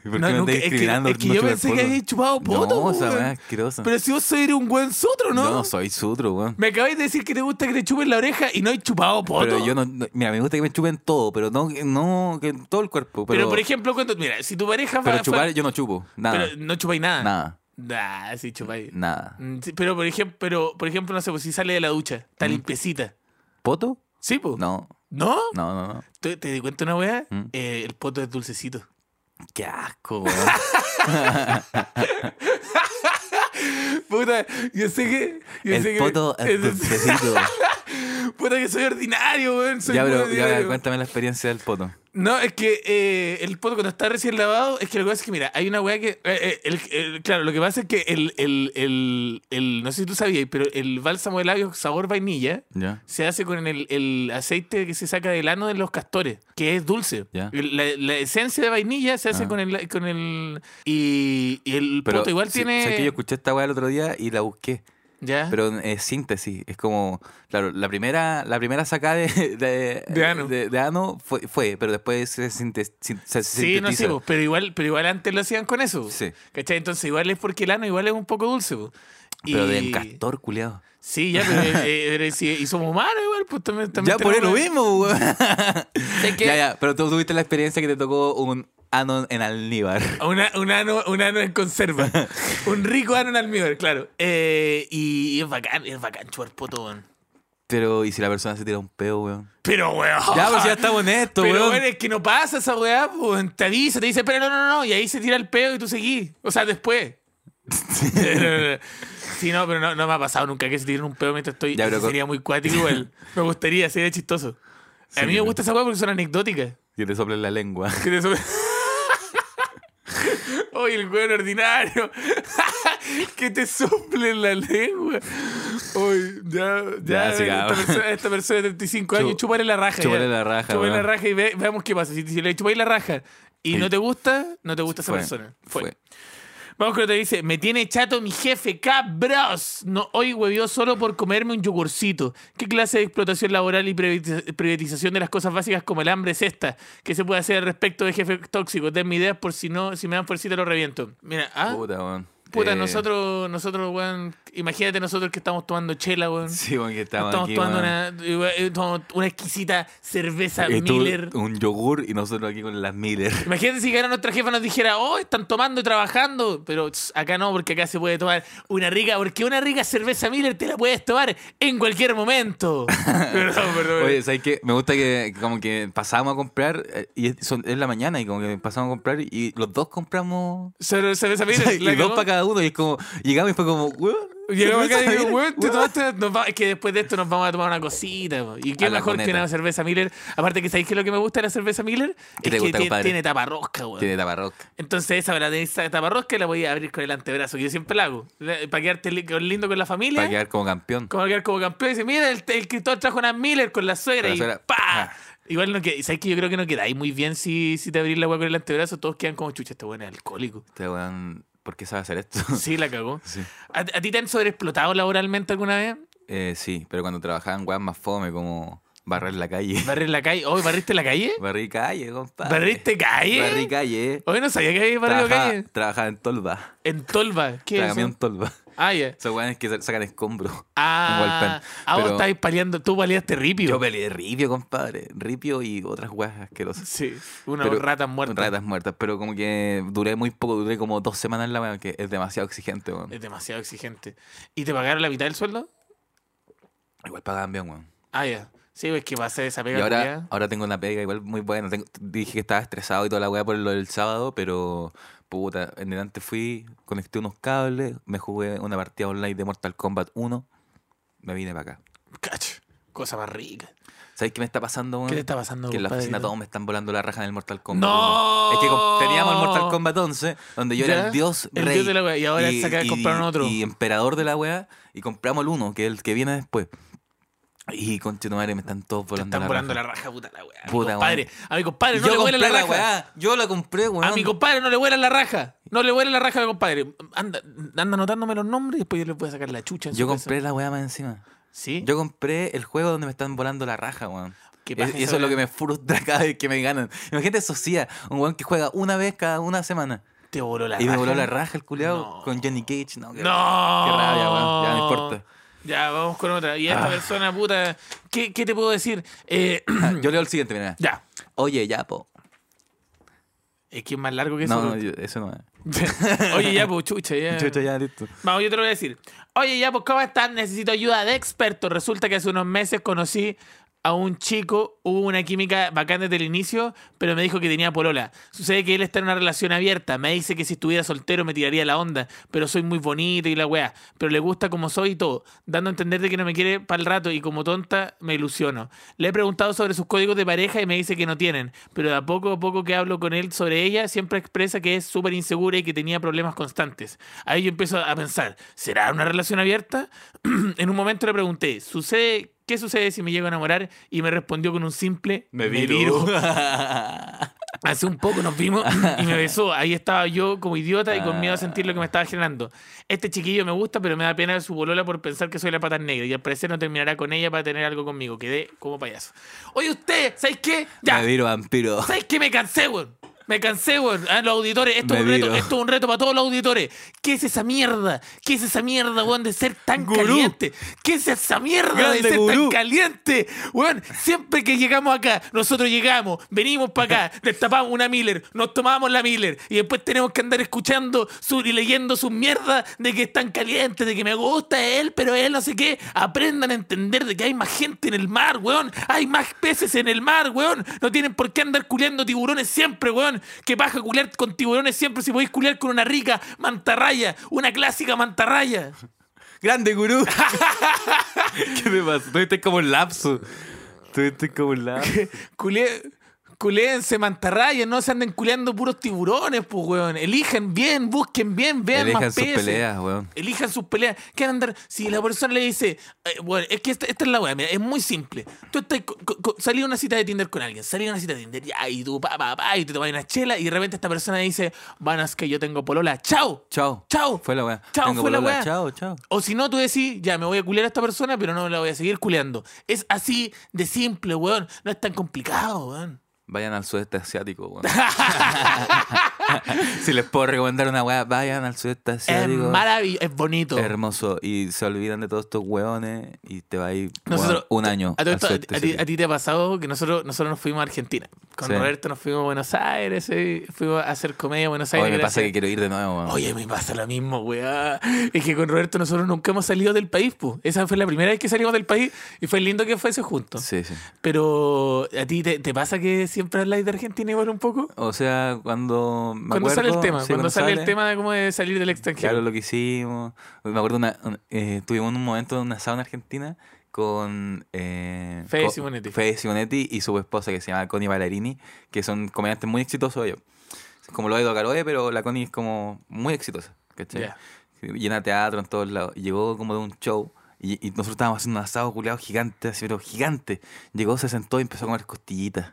[SPEAKER 3] ¿Por qué
[SPEAKER 2] No,
[SPEAKER 3] me
[SPEAKER 2] nunca- es
[SPEAKER 3] estáis
[SPEAKER 2] que-
[SPEAKER 3] discriminando?
[SPEAKER 2] es que
[SPEAKER 3] por no
[SPEAKER 2] yo
[SPEAKER 3] chupar
[SPEAKER 2] pensé
[SPEAKER 3] poto?
[SPEAKER 2] que habías chupado poto,
[SPEAKER 3] No, esa
[SPEAKER 2] weón.
[SPEAKER 3] weá es asquerosa.
[SPEAKER 2] Pero si vos sois un buen sotro, ¿no?
[SPEAKER 3] Yo no soy sutro, weón.
[SPEAKER 2] Me acabáis de decir que te gusta que te chupen la oreja y no hay chupado poto.
[SPEAKER 3] Pero yo no, no- Mira, me gusta que me chupen todo, pero no, no que todo el cuerpo.
[SPEAKER 2] Pero,
[SPEAKER 3] Pero,
[SPEAKER 2] por ejemplo, cuando. Mira, si tu pareja.
[SPEAKER 3] pero
[SPEAKER 2] fa- fa-
[SPEAKER 3] chupar yo no chupo. Nada.
[SPEAKER 2] Pero no chupáis nada.
[SPEAKER 3] Nada.
[SPEAKER 2] Nah, sí chupáis.
[SPEAKER 3] Nada.
[SPEAKER 2] Mm, sí, Pero por ejemplo, pero, por ejemplo, no sé, pues si sale de la ducha, está limpiecita.
[SPEAKER 3] ¿Poto?
[SPEAKER 2] ¿Sí, po?
[SPEAKER 3] No.
[SPEAKER 2] ¿No?
[SPEAKER 3] No, no, no.
[SPEAKER 2] ¿Te, te di cuenta una weá?
[SPEAKER 3] Mm.
[SPEAKER 2] Eh, el poto es dulcecito.
[SPEAKER 3] Qué asco, weón.
[SPEAKER 2] Puta, yo sé que. Yo sé que-
[SPEAKER 3] el poto es dulcecito.
[SPEAKER 2] Puta que soy ordinario, weón. soy
[SPEAKER 3] ya,
[SPEAKER 2] muy
[SPEAKER 3] pero ya,
[SPEAKER 2] ordinario.
[SPEAKER 3] cuéntame la experiencia del poto.
[SPEAKER 2] No, es que eh, el poto cuando está recién lavado, es que lo que pasa es que, mira, hay una weá que. eh, eh, el- el- claro, lo que pasa es que el, el, el, el- No sé si tú sabías, pero el bálsamo de labios sabor vainilla.
[SPEAKER 3] Ya.
[SPEAKER 2] se hace con el, el aceite que se saca del ano de los castores, que es dulce.
[SPEAKER 3] Ya.
[SPEAKER 2] La, la esencia de vainilla se hace
[SPEAKER 3] Ah.
[SPEAKER 2] con el con el y, y el
[SPEAKER 3] Pero
[SPEAKER 2] poto igual
[SPEAKER 3] sí,
[SPEAKER 2] tiene
[SPEAKER 3] sé que yo escuché esta weá el otro día y la busqué.
[SPEAKER 2] ¿Ya?
[SPEAKER 3] pero en eh, síntesis. Es como, claro, la primera, la primera sacada de, de,
[SPEAKER 2] De ano.
[SPEAKER 3] de- de ano fue, fue, pero después se, sinte- sin- se
[SPEAKER 2] sí, no sé,
[SPEAKER 3] sintetizó.
[SPEAKER 2] po, pero igual, pero igual antes lo hacían con eso. po.
[SPEAKER 3] Sí.
[SPEAKER 2] ¿Cachai? Entonces igual es porque el ano igual es un poco dulce. po. Y-
[SPEAKER 3] Pero del castor, culiado.
[SPEAKER 2] Sí, ya, pero, eh, eh, sí, y somos humanos igual, pues también, también
[SPEAKER 3] Ya por ahí lo
[SPEAKER 2] tenemos-
[SPEAKER 3] mismo, weón.
[SPEAKER 2] Sé que-
[SPEAKER 3] Ya, ya, pero tú tuviste la experiencia que te tocó un ano en alníbar.
[SPEAKER 2] Una- un, ano, un ano en conserva. un rico ano en almíbar, claro. Eh, y, y es bacán, es bacán chupar poto, weón.
[SPEAKER 3] Pero, ¿y si la persona se tira un pedo, weón?
[SPEAKER 2] Pero, weón.
[SPEAKER 3] Ya, pues ya estamos en esto,
[SPEAKER 2] Ah, Pero,
[SPEAKER 3] weón.
[SPEAKER 2] weón, es que no pasa esa weá, weón. Te avisa, te dice, pero no, no, no. Y ahí se tira el pedo y tú seguís. O sea, después. sí, no, pero no, no me ha pasado nunca que se tiren un pedo mientras estoy.
[SPEAKER 3] Ya, pero
[SPEAKER 2] Eso
[SPEAKER 3] con-
[SPEAKER 2] sería muy cuático, igual. Me gustaría, sería chistoso.
[SPEAKER 3] Sí,
[SPEAKER 2] a mí me
[SPEAKER 3] pero-
[SPEAKER 2] gusta esa weá porque son anecdóticas.
[SPEAKER 3] Que te soplen la lengua.
[SPEAKER 2] Que te sube- Oye, el weón ordinario. que te sople en la lengua. Oye, ya, ya.
[SPEAKER 3] Ya, sigamos.
[SPEAKER 2] esta, persona, esta persona de 35 años,
[SPEAKER 3] Chu-
[SPEAKER 2] chúpale la raja.
[SPEAKER 3] chúpale
[SPEAKER 2] ya.
[SPEAKER 3] la raja,
[SPEAKER 2] Chúpale la
[SPEAKER 3] weón.
[SPEAKER 2] raja y ve- veamos qué pasa. Si, si le chupáis la raja y
[SPEAKER 3] Sí.
[SPEAKER 2] no te gusta, no te gusta esa
[SPEAKER 3] Fue,
[SPEAKER 2] persona. Fue.
[SPEAKER 3] fue.
[SPEAKER 2] Vamos con lo que te dice, me tiene chato mi jefe, cabros. No, hoy huevió solo por comerme un yogurcito. ¿Qué clase de explotación laboral y privatiza- privatización de las cosas básicas como el hambre es esta? ¿Qué se puede hacer al respecto de jefes tóxicos? Denme ideas por si no, si me dan por cita lo reviento. Mira, ah, puta,
[SPEAKER 3] Puta, weón. Eh,
[SPEAKER 2] nosotros, nosotros, weón, imagínate nosotros que estamos tomando chela, weón.
[SPEAKER 3] Sí, weón, que estamos,
[SPEAKER 2] estamos
[SPEAKER 3] aquí,
[SPEAKER 2] tomando
[SPEAKER 3] weón.
[SPEAKER 2] una, eh, tomamos una exquisita cerveza
[SPEAKER 3] Y tú,
[SPEAKER 2] Miller.
[SPEAKER 3] Un yogur y nosotros aquí con las Miller.
[SPEAKER 2] Imagínate si ahora nuestra jefa nos dijera, oh, están tomando y trabajando, pero tss, acá no, porque acá se puede tomar una rica, porque una rica cerveza Miller te la puedes tomar en cualquier momento. perdón, perdón.
[SPEAKER 3] Oye, ¿sabes qué? Me gusta que como que pasamos a comprar eh, y es, son- es la mañana y como que pasamos a comprar y los dos compramos
[SPEAKER 2] Cer- cerveza
[SPEAKER 3] o sea,
[SPEAKER 2] Miller. la
[SPEAKER 3] y dos
[SPEAKER 2] cagó.
[SPEAKER 3] para cada uno y es como llegamos y fue como weón,
[SPEAKER 2] Llegamos acá y
[SPEAKER 3] cerveza
[SPEAKER 2] digo,
[SPEAKER 3] Miller,
[SPEAKER 2] "Weón, te
[SPEAKER 3] weón".
[SPEAKER 2] tomaste- nos va- es que después de esto nos vamos a tomar una cosita. po. Y qué
[SPEAKER 3] A la
[SPEAKER 2] mejor que
[SPEAKER 3] cuneta.
[SPEAKER 2] una cerveza Miller. Aparte que sabéis que lo que me gusta de la cerveza Miller
[SPEAKER 3] ¿Qué
[SPEAKER 2] es
[SPEAKER 3] te
[SPEAKER 2] que
[SPEAKER 3] gusta,
[SPEAKER 2] tiene,
[SPEAKER 3] compadre?
[SPEAKER 2] tiene taparrosca, weón.
[SPEAKER 3] Tiene taparroca.
[SPEAKER 2] Entonces esa, la tenéis taparrosca y la voy a abrir con el antebrazo, que yo siempre la hago. La- Para quedarte li- lindo con la familia.
[SPEAKER 3] Para quedar como campeón.
[SPEAKER 2] Como quedar como campeón y dice, mira, el, el Cristóbal trajo una Miller con la suegra
[SPEAKER 3] Con la
[SPEAKER 2] y
[SPEAKER 3] suegra,
[SPEAKER 2] ¡pa!
[SPEAKER 3] ¡pa!
[SPEAKER 2] Igual no que, ¿sabes que Yo creo que no quedáis muy bien si, si te abrís la hueá con el antebrazo, todos quedan como chucha, este weón es alcohólico.
[SPEAKER 3] Este weón, ¿por qué sabe hacer esto?
[SPEAKER 2] Sí, la cagó.
[SPEAKER 3] Sí.
[SPEAKER 2] ¿A, a ti te han sobreexplotado laboralmente alguna vez?
[SPEAKER 3] Eh, sí, pero cuando trabajaban weón más fome como barrer la calle.
[SPEAKER 2] ¿Barrer la calle? ¿Hoy barriste la calle?
[SPEAKER 3] Barrí calle, compadre.
[SPEAKER 2] ¿Barriste calle?
[SPEAKER 3] Barrí calle.
[SPEAKER 2] Hoy no sabía que había barrido
[SPEAKER 3] Trabajaba-
[SPEAKER 2] calle.
[SPEAKER 3] Trabajaba en tolva.
[SPEAKER 2] En Tolva. ¿Qué es
[SPEAKER 3] Trabajaba en
[SPEAKER 2] eso?
[SPEAKER 3] tolva.
[SPEAKER 2] Ah, ya.
[SPEAKER 3] Esos weones que sacan escombros.
[SPEAKER 2] Ah,
[SPEAKER 3] Walpen.
[SPEAKER 2] ah, vos
[SPEAKER 3] Pero-
[SPEAKER 2] estabais paliando, tú paliaste ripio.
[SPEAKER 3] Yo peleé ripio, compadre. Ripio y otras weas asquerosas.
[SPEAKER 2] Sí, una
[SPEAKER 3] Pero-
[SPEAKER 2] rata muerta.
[SPEAKER 3] Ratas muertas. Pero como que duré muy poco, duré como dos semanas en la wea, que es demasiado exigente, weón.
[SPEAKER 2] Es demasiado exigente. ¿Y te pagaron la mitad del sueldo?
[SPEAKER 3] Igual pagaban bien, weón.
[SPEAKER 2] Ah, ya. Sí, es que va a ser esa
[SPEAKER 3] Y
[SPEAKER 2] pega.
[SPEAKER 3] ahora,
[SPEAKER 2] culiá.
[SPEAKER 3] ahora tengo una pega igual muy buena. Tengo- dije que estaba estresado y toda la wea por lo del sábado, pero puta, en delante fui, conecté unos cables, me jugué una partida online de Mortal Kombat 1, me vine para acá.
[SPEAKER 2] Cacho, cosa más rica.
[SPEAKER 3] ¿Sabes qué me está pasando, weón?
[SPEAKER 2] ¿Qué te está pasando,
[SPEAKER 3] Que en la
[SPEAKER 2] compadre?
[SPEAKER 3] oficina todos me están volando la raja en el Mortal Kombat.
[SPEAKER 2] ¡No!
[SPEAKER 3] weón. Es que com- teníamos el Mortal Kombat 11, donde yo
[SPEAKER 2] ¿Ya?
[SPEAKER 3] era el dios
[SPEAKER 2] El
[SPEAKER 3] rey.
[SPEAKER 2] dios de la wea, y ahora se acaba de comprar un otro.
[SPEAKER 3] Y emperador de la wea, y compramos el uno, que es el que viene después. Y conche tu madre, me están todos
[SPEAKER 2] Te
[SPEAKER 3] volando
[SPEAKER 2] están
[SPEAKER 3] la
[SPEAKER 2] volando
[SPEAKER 3] raja.
[SPEAKER 2] la raja, puta la weá.
[SPEAKER 3] Puta,
[SPEAKER 2] compadre, a mi compadre
[SPEAKER 3] Y
[SPEAKER 2] no
[SPEAKER 3] yo
[SPEAKER 2] le huele la
[SPEAKER 3] compré la,
[SPEAKER 2] raja.
[SPEAKER 3] weá, yo la compré, weón.
[SPEAKER 2] a mi compadre no le huele la raja. No le huele la raja a mi compadre. Anda, anda anotándome los nombres y después yo le voy a sacar la chucha. en
[SPEAKER 3] Yo
[SPEAKER 2] su casa.
[SPEAKER 3] compré la weá más encima.
[SPEAKER 2] ¿Sí?
[SPEAKER 3] Yo compré el juego donde me están volando la raja, weón.
[SPEAKER 2] ¿Qué
[SPEAKER 3] Es-
[SPEAKER 2] pasa esa
[SPEAKER 3] y eso es lo
[SPEAKER 2] weá?
[SPEAKER 3] que me frustra cada vez que me ganan. Imagínate eso, sí, un weón que juega una vez cada una semana.
[SPEAKER 2] Te voló la
[SPEAKER 3] y
[SPEAKER 2] raja.
[SPEAKER 3] me voló la raja el culiado
[SPEAKER 2] No.
[SPEAKER 3] con Johnny Cage. No, que-
[SPEAKER 2] No.
[SPEAKER 3] Qué rabia, weón. Ya, no importa. Ah.
[SPEAKER 2] Ya, vamos con otra. Y a esta persona, puta, ¿qué, qué te puedo decir? Eh,
[SPEAKER 3] Yo leo el siguiente, mira.
[SPEAKER 2] ya.
[SPEAKER 3] Oye, ya, po.
[SPEAKER 2] Es que es más largo que eso.
[SPEAKER 3] No, no,
[SPEAKER 2] bro.
[SPEAKER 3] yo- eso no es.
[SPEAKER 2] Oye, ya, pues, chucha, ya.
[SPEAKER 3] Chucha, ya, listo.
[SPEAKER 2] Vamos, yo te lo voy a decir. Oye, ya, pues, ¿cómo estás? Necesito ayuda de expertos. Resulta que hace unos meses conocí a un chico, hubo una química bacán desde el inicio, pero me dijo que tenía polola. Sucede que él está en una relación abierta. Me dice que si estuviera soltero me tiraría la onda, pero soy muy bonita y la weá. Pero le gusta como soy y todo, dando a entender de que no me quiere para el rato y como tonta me ilusiono. Le he preguntado sobre sus códigos de pareja y me dice que no tienen, pero de a poco a poco que hablo con él sobre ella, siempre expresa que es súper insegura y que tenía problemas constantes. Ahí yo empiezo a pensar, ¿será una relación abierta? en un momento le pregunté, ¿sucede, ¿qué sucede si me llego a enamorar? Y me respondió con un simple,
[SPEAKER 3] Me viro.
[SPEAKER 2] Hace un poco nos vimos y me besó. Ahí estaba yo como idiota y con miedo a sentir lo que me estaba generando. Este chiquillo me gusta, pero me da pena su bolola por pensar que soy la pata negra y al parecer no terminará con ella para tener algo conmigo. Quedé como payaso. Oye, usted, ¿sabéis qué? Ya,
[SPEAKER 3] Me viro vampiro.
[SPEAKER 2] ¿Sabes qué? Me cansé, weón. Me cansé, weón. Ah, los auditores, esto es,
[SPEAKER 3] Me
[SPEAKER 2] un reto,
[SPEAKER 3] viro.
[SPEAKER 2] esto es un reto para todos los auditores. ¿Qué es esa mierda? ¿Qué es esa mierda, weón, de ser tan
[SPEAKER 3] Gurú.
[SPEAKER 2] caliente? ¿Qué es esa mierda de
[SPEAKER 3] Grande
[SPEAKER 2] ser tan
[SPEAKER 3] gurú.
[SPEAKER 2] caliente? Weón, siempre que llegamos acá, nosotros llegamos, venimos para acá, destapamos una Miller, nos tomamos la Miller y después tenemos que andar escuchando su, y leyendo sus mierdas de que es tan caliente, de que me gusta él, pero él no sé qué. Aprendan a entender de que hay más gente en el mar, weón. Hay más peces en el mar, weón. No tienen por qué andar culeando tiburones siempre, weón. Que paja culear con tiburones siempre si podéis culear con una rica mantarraya, una clásica mantarraya.
[SPEAKER 3] ¡Grande gurú! ¿Qué te pasa? Tuviste como un lapso. Tuviste como un lapso.
[SPEAKER 2] Culé, culeense mantarrayas, no se anden culeando puros tiburones, pues, weón. Elijan bien, busquen bien, vean
[SPEAKER 3] Elijan
[SPEAKER 2] más
[SPEAKER 3] sus
[SPEAKER 2] peces.
[SPEAKER 3] peleas, weón.
[SPEAKER 2] Elijan sus peleas. ¿Qué van a andar? Si la persona le dice, eh, bueno, es que esta, esta es la weá, mira, es muy simple. Tú estás, co- co- co- salí a una cita de Tinder con alguien, salí a una cita de Tinder, ya, y tú, pa, pa, pa, y te tomas una chela, y de repente esta persona dice, vanas que yo tengo polola, chao.
[SPEAKER 3] Chao.
[SPEAKER 2] Chao.
[SPEAKER 3] Fue la weá.
[SPEAKER 2] Chao,
[SPEAKER 3] Tengo
[SPEAKER 2] fue la
[SPEAKER 3] polola.
[SPEAKER 2] weá.
[SPEAKER 3] Chao, chao.
[SPEAKER 2] O si no, tú decís, ya, me voy a culear a esta persona, pero no la voy a seguir culeando. Es así de simple, weón. No es tan complicado, weón.
[SPEAKER 3] Vayan al sudeste asiático, weón. si les puedo recomendar una weá, vayan al sudeste
[SPEAKER 2] Es
[SPEAKER 3] asiático.
[SPEAKER 2] maravilloso, es bonito.
[SPEAKER 3] Hermoso. Y se olvidan de todos estos weones y te va a ir weón,
[SPEAKER 2] Nosotros-
[SPEAKER 3] un año.
[SPEAKER 2] A, todo
[SPEAKER 3] al
[SPEAKER 2] esto,
[SPEAKER 3] sudeste
[SPEAKER 2] a ti,
[SPEAKER 3] asiático.
[SPEAKER 2] a ti te ha pasado que nosotros, nosotros nos fuimos a Argentina. Con
[SPEAKER 3] Sí.
[SPEAKER 2] Roberto nos fuimos a Buenos Aires, eh, fuimos a hacer comedia a Buenos Aires.
[SPEAKER 3] Oye, me pasa que
[SPEAKER 2] gracias.
[SPEAKER 3] quiero ir de nuevo, weón.
[SPEAKER 2] Oye, me pasa lo mismo, weá. Es que con Roberto nosotros nunca hemos salido del país, pues. Esa fue la primera vez que salimos del país y fue lindo que fuese juntos.
[SPEAKER 3] Sí, sí.
[SPEAKER 2] Pero, ¿a ti te, te pasa que siempre habláis de Argentina igual un poco?
[SPEAKER 3] O sea, cuando. Me
[SPEAKER 2] cuando sale el
[SPEAKER 3] acuerdo,
[SPEAKER 2] tema,
[SPEAKER 3] sí,
[SPEAKER 2] cuando, sale, el
[SPEAKER 3] sale.
[SPEAKER 2] tema de cómo de salir del
[SPEAKER 3] Claro,
[SPEAKER 2] extranjero.
[SPEAKER 3] lo que hicimos. Me acuerdo, una, un- eh, tuvimos un momento en una sauna argentina con. Eh,
[SPEAKER 2] Fede
[SPEAKER 3] co-
[SPEAKER 2] Simonetti.
[SPEAKER 3] Fede Simonetti y su esposa que se llama Connie Ballerini, que son comediantes muy exitosos ellos. Como lo de Caroe, pero la Connie es como muy exitosa. ¿Cachai?
[SPEAKER 2] Ya.
[SPEAKER 3] Llena teatro en todos lados. Y Llegó como de un show. Y, y nosotros estábamos haciendo un asado culiado gigante, así, pero gigante. Llegó, se sentó y empezó a comer costillitas.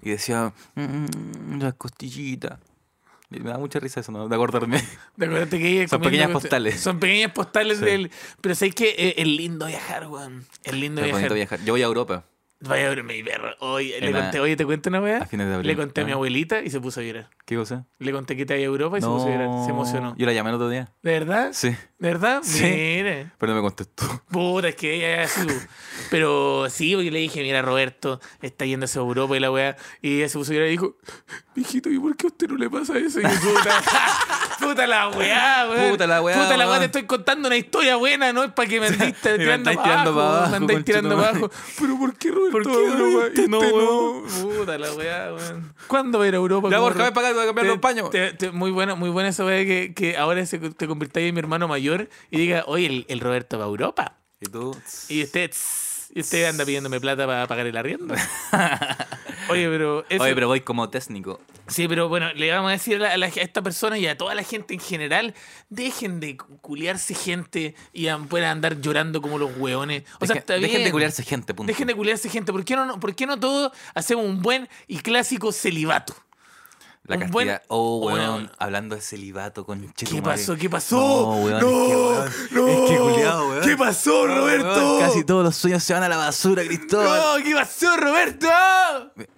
[SPEAKER 3] Y decía, "Mm, las costillitas. Y me da mucha risa eso, ¿no? De acordarme.
[SPEAKER 2] ¿Te acuerdas que ella
[SPEAKER 3] Son
[SPEAKER 2] comiendo
[SPEAKER 3] pequeñas
[SPEAKER 2] con-
[SPEAKER 3] postales.
[SPEAKER 2] Son pequeñas postales
[SPEAKER 3] Sí.
[SPEAKER 2] del. Pero sabéis que eh, es, es lindo viajar, weón. Es lindo
[SPEAKER 3] Es
[SPEAKER 2] viajar.
[SPEAKER 3] bonito viajar. Yo voy a Europa.
[SPEAKER 2] Vaya a ver mi perro. Hoy, le
[SPEAKER 3] En la-
[SPEAKER 2] conté, oye, te cuento una weá.
[SPEAKER 3] a fines de abril,
[SPEAKER 2] Le conté a mi
[SPEAKER 3] ¿no?
[SPEAKER 2] abuelita y se puso a llorar.
[SPEAKER 3] ¿Qué cosa?
[SPEAKER 2] Le conté que te iba a Europa y se puso a llorar. Se emocionó.
[SPEAKER 3] Yo la llamé el otro día.
[SPEAKER 2] ¿De verdad?
[SPEAKER 3] Sí,
[SPEAKER 2] ¿De verdad?
[SPEAKER 3] Sí.
[SPEAKER 2] Mire.
[SPEAKER 3] pero no me contestó.
[SPEAKER 2] Puta, es que ella es así. bu. Pero sí, porque le dije, mira, Roberto, está yéndose a Europa y la weá. Y ella se puso a llorar y dijo, mijito, ¿y por qué a usted no le pasa eso? Y yo, puta, puta la weá, weón.
[SPEAKER 3] Puta la weá,
[SPEAKER 2] Puta la weá,
[SPEAKER 3] weón.
[SPEAKER 2] te estoy contando una historia buena, ¿no? Es para que me andáis
[SPEAKER 3] Y me
[SPEAKER 2] tirando
[SPEAKER 3] andáis
[SPEAKER 2] para
[SPEAKER 3] tirando
[SPEAKER 2] abajo.
[SPEAKER 3] pa'
[SPEAKER 2] weón, Me
[SPEAKER 3] abajo,
[SPEAKER 2] andáis tirando para abajo.
[SPEAKER 3] conchetumare.
[SPEAKER 2] Pero ¿por qué Roberto
[SPEAKER 3] ¿Por qué
[SPEAKER 2] va a Europa
[SPEAKER 3] Roberto
[SPEAKER 2] y
[SPEAKER 3] no,
[SPEAKER 2] usted
[SPEAKER 3] weón?
[SPEAKER 2] Puta la weá, weón. ¿Cuándo va a ir a Europa?
[SPEAKER 3] Ya,
[SPEAKER 2] ¿Cómo
[SPEAKER 3] Borja, ven para acá, voy a cambiar los
[SPEAKER 2] te-
[SPEAKER 3] paños.
[SPEAKER 2] te- te- muy bueno, muy bueno eso de que, que ahora se- te convirtáis en mi hermano mayor y diga, oye, el, el Roberto va a Europa.
[SPEAKER 3] ¿Y tú?
[SPEAKER 2] Y usted, tss, y usted anda pidiéndome plata para pagar el arriendo. Oye, pero, eso-
[SPEAKER 3] Oye, pero voy como técnico.
[SPEAKER 2] Sí, pero bueno, le vamos a decir a, la- a la- a esta persona y a toda la gente en general, dejen de culiarse gente y an- puedan andar llorando como los hueones. O sea,
[SPEAKER 3] Deje-
[SPEAKER 2] está
[SPEAKER 3] Dejen
[SPEAKER 2] bien.
[SPEAKER 3] de culiarse gente, punto.
[SPEAKER 2] Dejen de culiarse gente. ¿Por qué no, no- ¿Por qué no todos hacemos un buen y clásico celibato?
[SPEAKER 3] La
[SPEAKER 2] un
[SPEAKER 3] castidad.
[SPEAKER 2] buen-
[SPEAKER 3] Oh, weón.
[SPEAKER 2] Bueno.
[SPEAKER 3] Hablando de celibato con
[SPEAKER 2] ¿Qué pasó? ¿Qué pasó?
[SPEAKER 3] No, weón. es que, weón,
[SPEAKER 2] no.
[SPEAKER 3] Es que culiado, weón.
[SPEAKER 2] ¿Qué pasó,
[SPEAKER 3] No,
[SPEAKER 2] Roberto?
[SPEAKER 3] weón, Casi todos los sueños se van a la basura, Cristóbal.
[SPEAKER 2] No, ¿qué pasó, Roberto?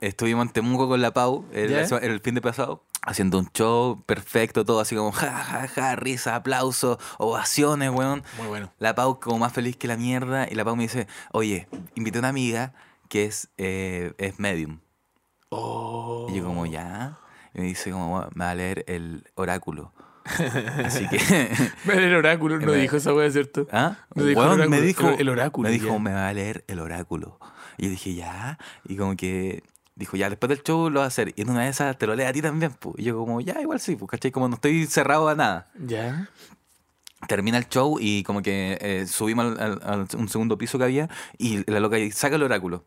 [SPEAKER 3] Estuvimos en Temuco con la Pau el,
[SPEAKER 2] ¿Ya?
[SPEAKER 3] la- el fin de pasado, haciendo un show perfecto, todo así como ja, ja, ja, risa, aplausos, ovaciones, weón.
[SPEAKER 2] Muy bueno.
[SPEAKER 3] La Pau como más feliz que la mierda y la Pau me dice, oye, invité a una amiga que es, eh, es medium.
[SPEAKER 2] Oh.
[SPEAKER 3] Y yo como, ya. Y me dice como, "Bueno, me va a leer el oráculo. Así que...
[SPEAKER 2] Pero el oráculo no
[SPEAKER 3] Me-
[SPEAKER 2] dijo esa wea, ¿cierto?
[SPEAKER 3] ¿Ah?
[SPEAKER 2] No dijo el
[SPEAKER 3] Weón,
[SPEAKER 2] oráculo,
[SPEAKER 3] me dijo
[SPEAKER 2] el- el oráculo,
[SPEAKER 3] Me
[SPEAKER 2] ya.
[SPEAKER 3] dijo, me va a leer el oráculo. Y yo dije, ya. Y como que dijo, ya, después del show lo va a hacer. Y en una de esas te lo lee a ti también, pues. Y yo como, ya, igual sí, pues, ¿cachai? Como no estoy cerrado a nada.
[SPEAKER 2] Ya.
[SPEAKER 3] Termina el show y como que eh, subimos al, al- al un segundo piso que había y la loca ahí saca el oráculo.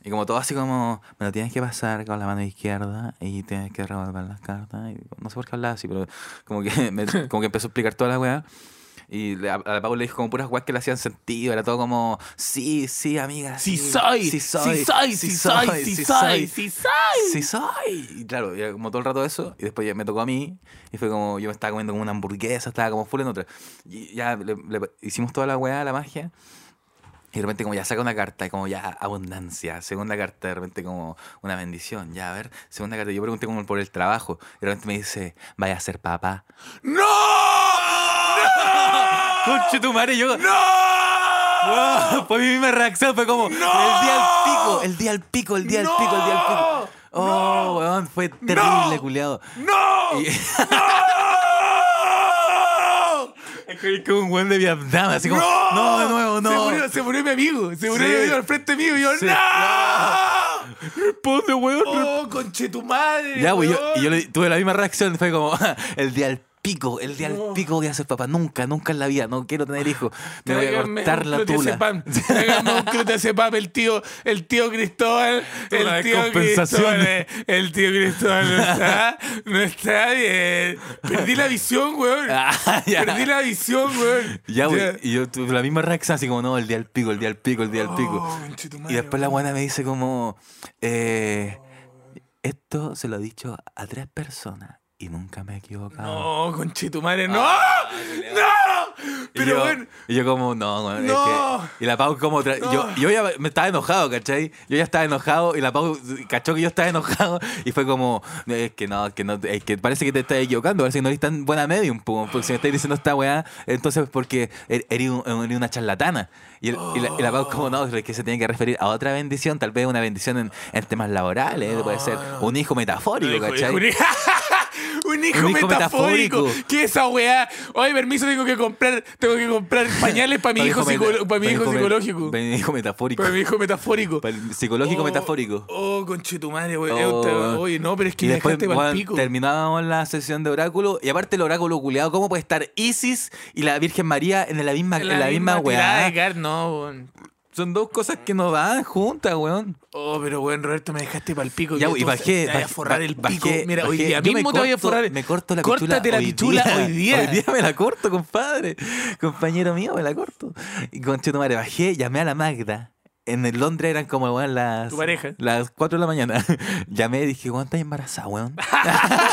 [SPEAKER 3] Y como todo así como, me lo tienes que pasar con la mano izquierda y tienes que revolver las cartas. Y no sé por qué hablaba así, pero como que, me- como que empezó a explicar toda la weá. Y le- a, a la Pau le dijo como puras guas que le hacían sentido. Era todo como, sí, sí, amiga.
[SPEAKER 2] Sí soy,
[SPEAKER 3] Sí soy.
[SPEAKER 2] sí soy, sí soy, sí soy.
[SPEAKER 3] Sí soy. Y claro, era como todo el rato eso. Y después ya me tocó a mí. Y fue como, yo me estaba comiendo como una hamburguesa, estaba como full en otra. Y ya le- le- hicimos toda la weá, la magia. Y de repente como ya saca una carta, y como ya abundancia, segunda carta, de repente como una bendición, ya a ver, segunda carta, yo pregunté como por el trabajo, y de repente me dice, vaya a ser papá.
[SPEAKER 2] ¡No!
[SPEAKER 3] Conche tu madre, yo...
[SPEAKER 2] ¡No!
[SPEAKER 3] ¡Wow! Fue mi misma reacción, fue como el día al pico, el día al pico, el día al pico, el día al pico.
[SPEAKER 2] ¡No!
[SPEAKER 3] Oh,
[SPEAKER 2] ¡No!
[SPEAKER 3] weón, fue terrible,
[SPEAKER 2] ¡No!
[SPEAKER 3] culiado.
[SPEAKER 2] ¡No!
[SPEAKER 3] Y-
[SPEAKER 2] ¡No!
[SPEAKER 3] Es como un weón de Vietnam, así como, no, de nuevo, no.
[SPEAKER 2] Se murió, se murió mi amigo. Se murió
[SPEAKER 3] Sí.
[SPEAKER 2] mi amigo al frente mío. Y yo,
[SPEAKER 3] Sí.
[SPEAKER 2] ¡No!
[SPEAKER 3] Responde, weón,
[SPEAKER 2] ¡Oh, conche tu madre!
[SPEAKER 3] Ya, güey, yo,
[SPEAKER 2] weón!
[SPEAKER 3] y yo le- tuve la misma reacción. Fue como, el día al pico, el día al pico voy a ser papá. Nunca, nunca en la vida, no quiero tener hijos. Me voy a
[SPEAKER 2] Tráiganme
[SPEAKER 3] cortar
[SPEAKER 2] un
[SPEAKER 3] la
[SPEAKER 2] clute
[SPEAKER 3] tula.
[SPEAKER 2] cepam. Tráiganme un clute cepam, el tío, el tío Cristóbal,
[SPEAKER 3] Una
[SPEAKER 2] el tío
[SPEAKER 3] descompensación.
[SPEAKER 2] Cristóbal, eh, el tío Cristóbal no está, no está bien. Perdí la visión, weón.
[SPEAKER 3] Ah, ya.
[SPEAKER 2] Perdí la visión, weón.
[SPEAKER 3] Ya, güey,
[SPEAKER 2] Ya.
[SPEAKER 3] y yo tuve la misma reacción, así como, no, el día al pico, el día al pico, el día al
[SPEAKER 2] Oh,
[SPEAKER 3] pico.
[SPEAKER 2] conchetumare,
[SPEAKER 3] Y después la
[SPEAKER 2] weón.
[SPEAKER 3] guana me dice como, eh, esto se lo he dicho a tres personas y nunca me he equivocado.
[SPEAKER 2] No, conchetumare, no.
[SPEAKER 3] Ah,
[SPEAKER 2] no.
[SPEAKER 3] y, yo,
[SPEAKER 2] Pero bueno,
[SPEAKER 3] y yo como, no, weón, es
[SPEAKER 2] No.
[SPEAKER 3] que- Y la Pau como... tra-
[SPEAKER 2] No.
[SPEAKER 3] Yo, yo ya me estaba enojado, ¿cachai? Yo ya estaba enojado y la Pau cachó que yo estaba enojado y fue como, "No, es que no, es que no, es que parece que te estás equivocando, parece que no eres tan buena medium, po, porque si me estás diciendo esta weá, entonces es porque er- eres, un- eres una charlatana. Y, el- y la, y la Pau como, no, es que se tiene que referir a otra bendición, tal vez una bendición en, en temas laborales, puede ser un hijo metafórico,
[SPEAKER 2] Hijo-
[SPEAKER 3] ¿cachai?
[SPEAKER 2] Un hijo, un hijo
[SPEAKER 3] Un hijo
[SPEAKER 2] metafórico.
[SPEAKER 3] metafórico.
[SPEAKER 2] ¿Qué esa weá? Hoy permiso, tengo que comprar, tengo que comprar pañales para mi hijo,
[SPEAKER 3] meta-
[SPEAKER 2] psicolo- para mi hijo
[SPEAKER 3] me-
[SPEAKER 2] psicológico.
[SPEAKER 3] Para mi hijo metafórico.
[SPEAKER 2] Para mi hijo metafórico.
[SPEAKER 3] Para el psicológico
[SPEAKER 2] Oh,
[SPEAKER 3] metafórico.
[SPEAKER 2] Oh, conchetumare, weón.
[SPEAKER 3] Oh, weón.
[SPEAKER 2] Oye, no, pero es que
[SPEAKER 3] y
[SPEAKER 2] me
[SPEAKER 3] después
[SPEAKER 2] dejaste para
[SPEAKER 3] weón,
[SPEAKER 2] pico.
[SPEAKER 3] terminábamos la sesión de oráculo y aparte el oráculo culiado cómo puede estar Isis y la Virgen María en la misma en la, misma,
[SPEAKER 2] tirada
[SPEAKER 3] weá
[SPEAKER 2] de car- no, weón.
[SPEAKER 3] son dos cosas que no van juntas weón
[SPEAKER 2] Oh, pero weón, Roberto, me dejaste para el pico.
[SPEAKER 3] Ya,
[SPEAKER 2] Yo
[SPEAKER 3] y
[SPEAKER 2] todo-
[SPEAKER 3] bajé,
[SPEAKER 2] Te voy
[SPEAKER 3] baj-
[SPEAKER 2] a forrar el
[SPEAKER 3] bajé,
[SPEAKER 2] pico. Mira, hoy
[SPEAKER 3] bajé.
[SPEAKER 2] día
[SPEAKER 3] Yo me
[SPEAKER 2] mismo te voy a
[SPEAKER 3] corto-
[SPEAKER 2] forrar. el-
[SPEAKER 3] Me corto la
[SPEAKER 2] Córtate
[SPEAKER 3] pichula
[SPEAKER 2] la pichula hoy día.
[SPEAKER 3] Hoy día me la corto, compadre. Compañero mío, me la corto. Y con madre, bajé, llamé a la Magda. En el Londres eran como weón, las,
[SPEAKER 2] Tu pareja.
[SPEAKER 3] las 4 de la mañana. Llamé y dije, weón, estás embarazada, weón.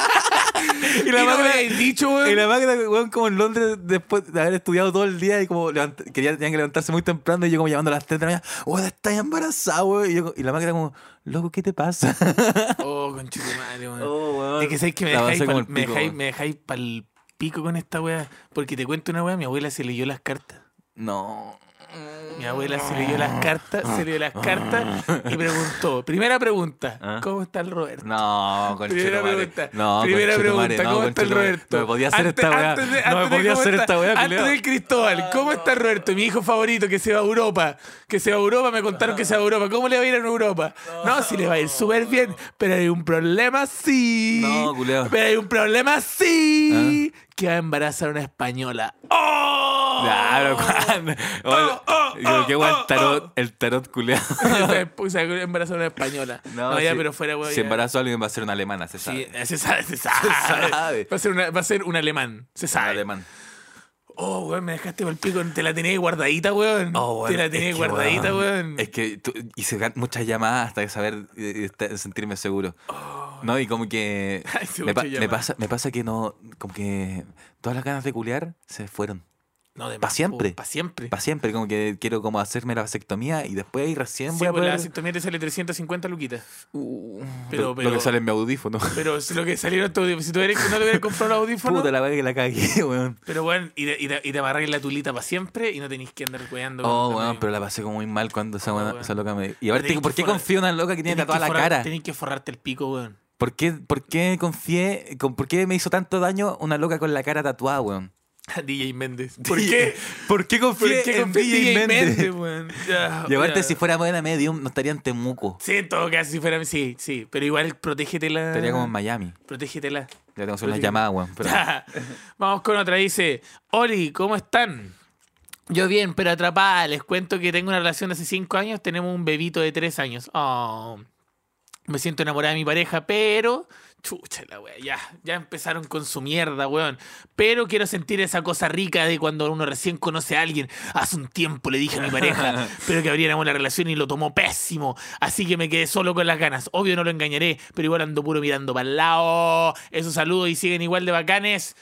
[SPEAKER 3] y
[SPEAKER 2] ¿Qué
[SPEAKER 3] la
[SPEAKER 2] no me
[SPEAKER 3] Magda,
[SPEAKER 2] habéis dicho, weón?
[SPEAKER 3] y la Magda, weón, como en Londres, después de haber estudiado todo el día y como levant- quería, tenían que levantarse muy temprano y yo como llamando a las 3 de la mañana, weón, estás embarazada, weón. Y, yo- y la Magda como, loco, ¿qué te pasa?
[SPEAKER 2] Oh, conchetumare, weón.
[SPEAKER 3] Oh, weón.
[SPEAKER 2] Es que sabéis que me
[SPEAKER 3] La
[SPEAKER 2] dejáis
[SPEAKER 3] pasé como
[SPEAKER 2] pa'l-
[SPEAKER 3] el
[SPEAKER 2] me
[SPEAKER 3] pico,
[SPEAKER 2] dejáis-
[SPEAKER 3] weón.
[SPEAKER 2] me dejáis pa'l pico con esta weá. Porque te cuento una weá, mi abuela se leyó las cartas.
[SPEAKER 3] No.
[SPEAKER 2] Mi abuela se leyó las cartas, se leyó las cartas y preguntó. Primera pregunta,
[SPEAKER 3] ¿Ah?
[SPEAKER 2] ¿cómo está el Roberto?
[SPEAKER 3] No,
[SPEAKER 2] Primera
[SPEAKER 3] conchetumare.
[SPEAKER 2] pregunta.
[SPEAKER 3] No,
[SPEAKER 2] Primera
[SPEAKER 3] conchetumare,
[SPEAKER 2] pregunta,
[SPEAKER 3] no,
[SPEAKER 2] ¿cómo está el
[SPEAKER 3] conchetumare.
[SPEAKER 2] Roberto?
[SPEAKER 3] No me podía hacer
[SPEAKER 2] Antes-
[SPEAKER 3] esta weá.
[SPEAKER 2] antes de-
[SPEAKER 3] No me
[SPEAKER 2] antes de
[SPEAKER 3] podía
[SPEAKER 2] cómo
[SPEAKER 3] hacer
[SPEAKER 2] está-
[SPEAKER 3] esta weá,
[SPEAKER 2] Antes
[SPEAKER 3] culiao.
[SPEAKER 2] del Cristóbal, ¿cómo está el Roberto? Mi hijo favorito que se va a Europa. Que se va a Europa, me contaron que se va a Europa. ¿Cómo le va a ir en Europa? No, si le va a ir súper bien, pero hay un problema, sí.
[SPEAKER 3] No, culiao. ¿Ah?
[SPEAKER 2] Pero hay un problema, sí. Que va a embarazar a una española. ¡Oh!
[SPEAKER 3] Claro, cuando. Bueno,
[SPEAKER 2] oh,
[SPEAKER 3] yo, qué
[SPEAKER 2] oh,
[SPEAKER 3] weá
[SPEAKER 2] oh,
[SPEAKER 3] el tarot, el tarot culeado.
[SPEAKER 2] se, se embarazó a una española. No, ya, pero fuera, weón.
[SPEAKER 3] Si
[SPEAKER 2] ya.
[SPEAKER 3] embarazó a alguien va a ser una alemana, se sabe.
[SPEAKER 2] Sí, se sabe, se sabe.
[SPEAKER 3] sabe.
[SPEAKER 2] Va, a ser una- va a ser un alemán, se
[SPEAKER 3] Un
[SPEAKER 2] sabe.
[SPEAKER 3] alemán.
[SPEAKER 2] Oh, weón, me dejaste con el pico. Te la tenías guardadita, weón.
[SPEAKER 3] Oh, weón,
[SPEAKER 2] Te la
[SPEAKER 3] es
[SPEAKER 2] tenías
[SPEAKER 3] que,
[SPEAKER 2] guardadita, weón.
[SPEAKER 3] Es que tú- hice gan- muchas llamadas hasta que saber eh, este- sentirme seguro. No, y como que
[SPEAKER 2] Hice
[SPEAKER 3] me, pa-
[SPEAKER 2] Oh, muchas
[SPEAKER 3] me
[SPEAKER 2] llamadas.
[SPEAKER 3] pasa, me pasa que no, como que todas las ganas de culear se fueron.
[SPEAKER 2] no, de
[SPEAKER 3] pa' siempre.
[SPEAKER 2] Para siempre.
[SPEAKER 3] Para siempre, como que quiero como hacerme la vasectomía y después ahí recién
[SPEAKER 2] Sí,
[SPEAKER 3] voy a
[SPEAKER 2] pues, la
[SPEAKER 3] poder...
[SPEAKER 2] vasectomía te sale 350 luquitas.
[SPEAKER 3] Uh,
[SPEAKER 2] Pero-
[SPEAKER 3] lo-
[SPEAKER 2] pero-
[SPEAKER 3] Lo que sale en mi audífono.
[SPEAKER 2] Pero es lo que salieron tus audífonos. Si tú eres, no te hubieras comprado los audífonos.
[SPEAKER 3] Puta la weá que la cagué, weón.
[SPEAKER 2] Pero, weón, y te, y te, y te amarráis la tulita para siempre y no tenéis que andar cuidando.
[SPEAKER 3] Oh, weón, pero la pasé como muy mal cuando esa,
[SPEAKER 2] Oh,
[SPEAKER 3] weá-
[SPEAKER 2] weón.
[SPEAKER 3] esa loca me... Y a ver,
[SPEAKER 2] tenés
[SPEAKER 3] ¿por
[SPEAKER 2] que
[SPEAKER 3] qué
[SPEAKER 2] forrar-
[SPEAKER 3] confío en una loca que tiene tatuada la cara?
[SPEAKER 2] Tenéis que forrarte el pico, weón.
[SPEAKER 3] ¿Por qué, por qué confié, con, por qué me hizo tanto daño una loca con la cara tatuada, weón?
[SPEAKER 2] DJ Méndez. ¿Por qué?
[SPEAKER 3] ¿Por qué
[SPEAKER 2] ¿Por
[SPEAKER 3] confié
[SPEAKER 2] qué
[SPEAKER 3] en
[SPEAKER 2] confías en
[SPEAKER 3] DJ Méndez?
[SPEAKER 2] weón? Ya,
[SPEAKER 3] Y aparte,
[SPEAKER 2] ya.
[SPEAKER 3] si fuera buena medium, no estaría en Temuco.
[SPEAKER 2] Sí, en todo caso, si fuera. Sí, sí. Pero igual, protégetela.
[SPEAKER 3] Estaría como en Miami.
[SPEAKER 2] Protégetela.
[SPEAKER 3] Ya tengo que hacer una
[SPEAKER 2] Pero-
[SPEAKER 3] llamada, weón. pero-
[SPEAKER 2] Vamos con otra. Dice: Oli, ¿cómo están? Yo bien, pero atrapada. Les cuento que tengo una relación de hace cinco años. Tenemos un bebito de tres años. Oh, me siento enamorada de mi pareja, pero Chucha la wea, ya, ya empezaron con su mierda, weón. Pero quiero sentir esa cosa rica de cuando uno recién conoce a alguien. Hace un tiempo le dije a mi pareja, pero que abriéramos la relación y lo tomó pésimo. Así que me quedé solo con las ganas. Obvio no lo engañaré, pero igual ando puro mirando para el lado. Esos saludos y siguen igual de bacanes.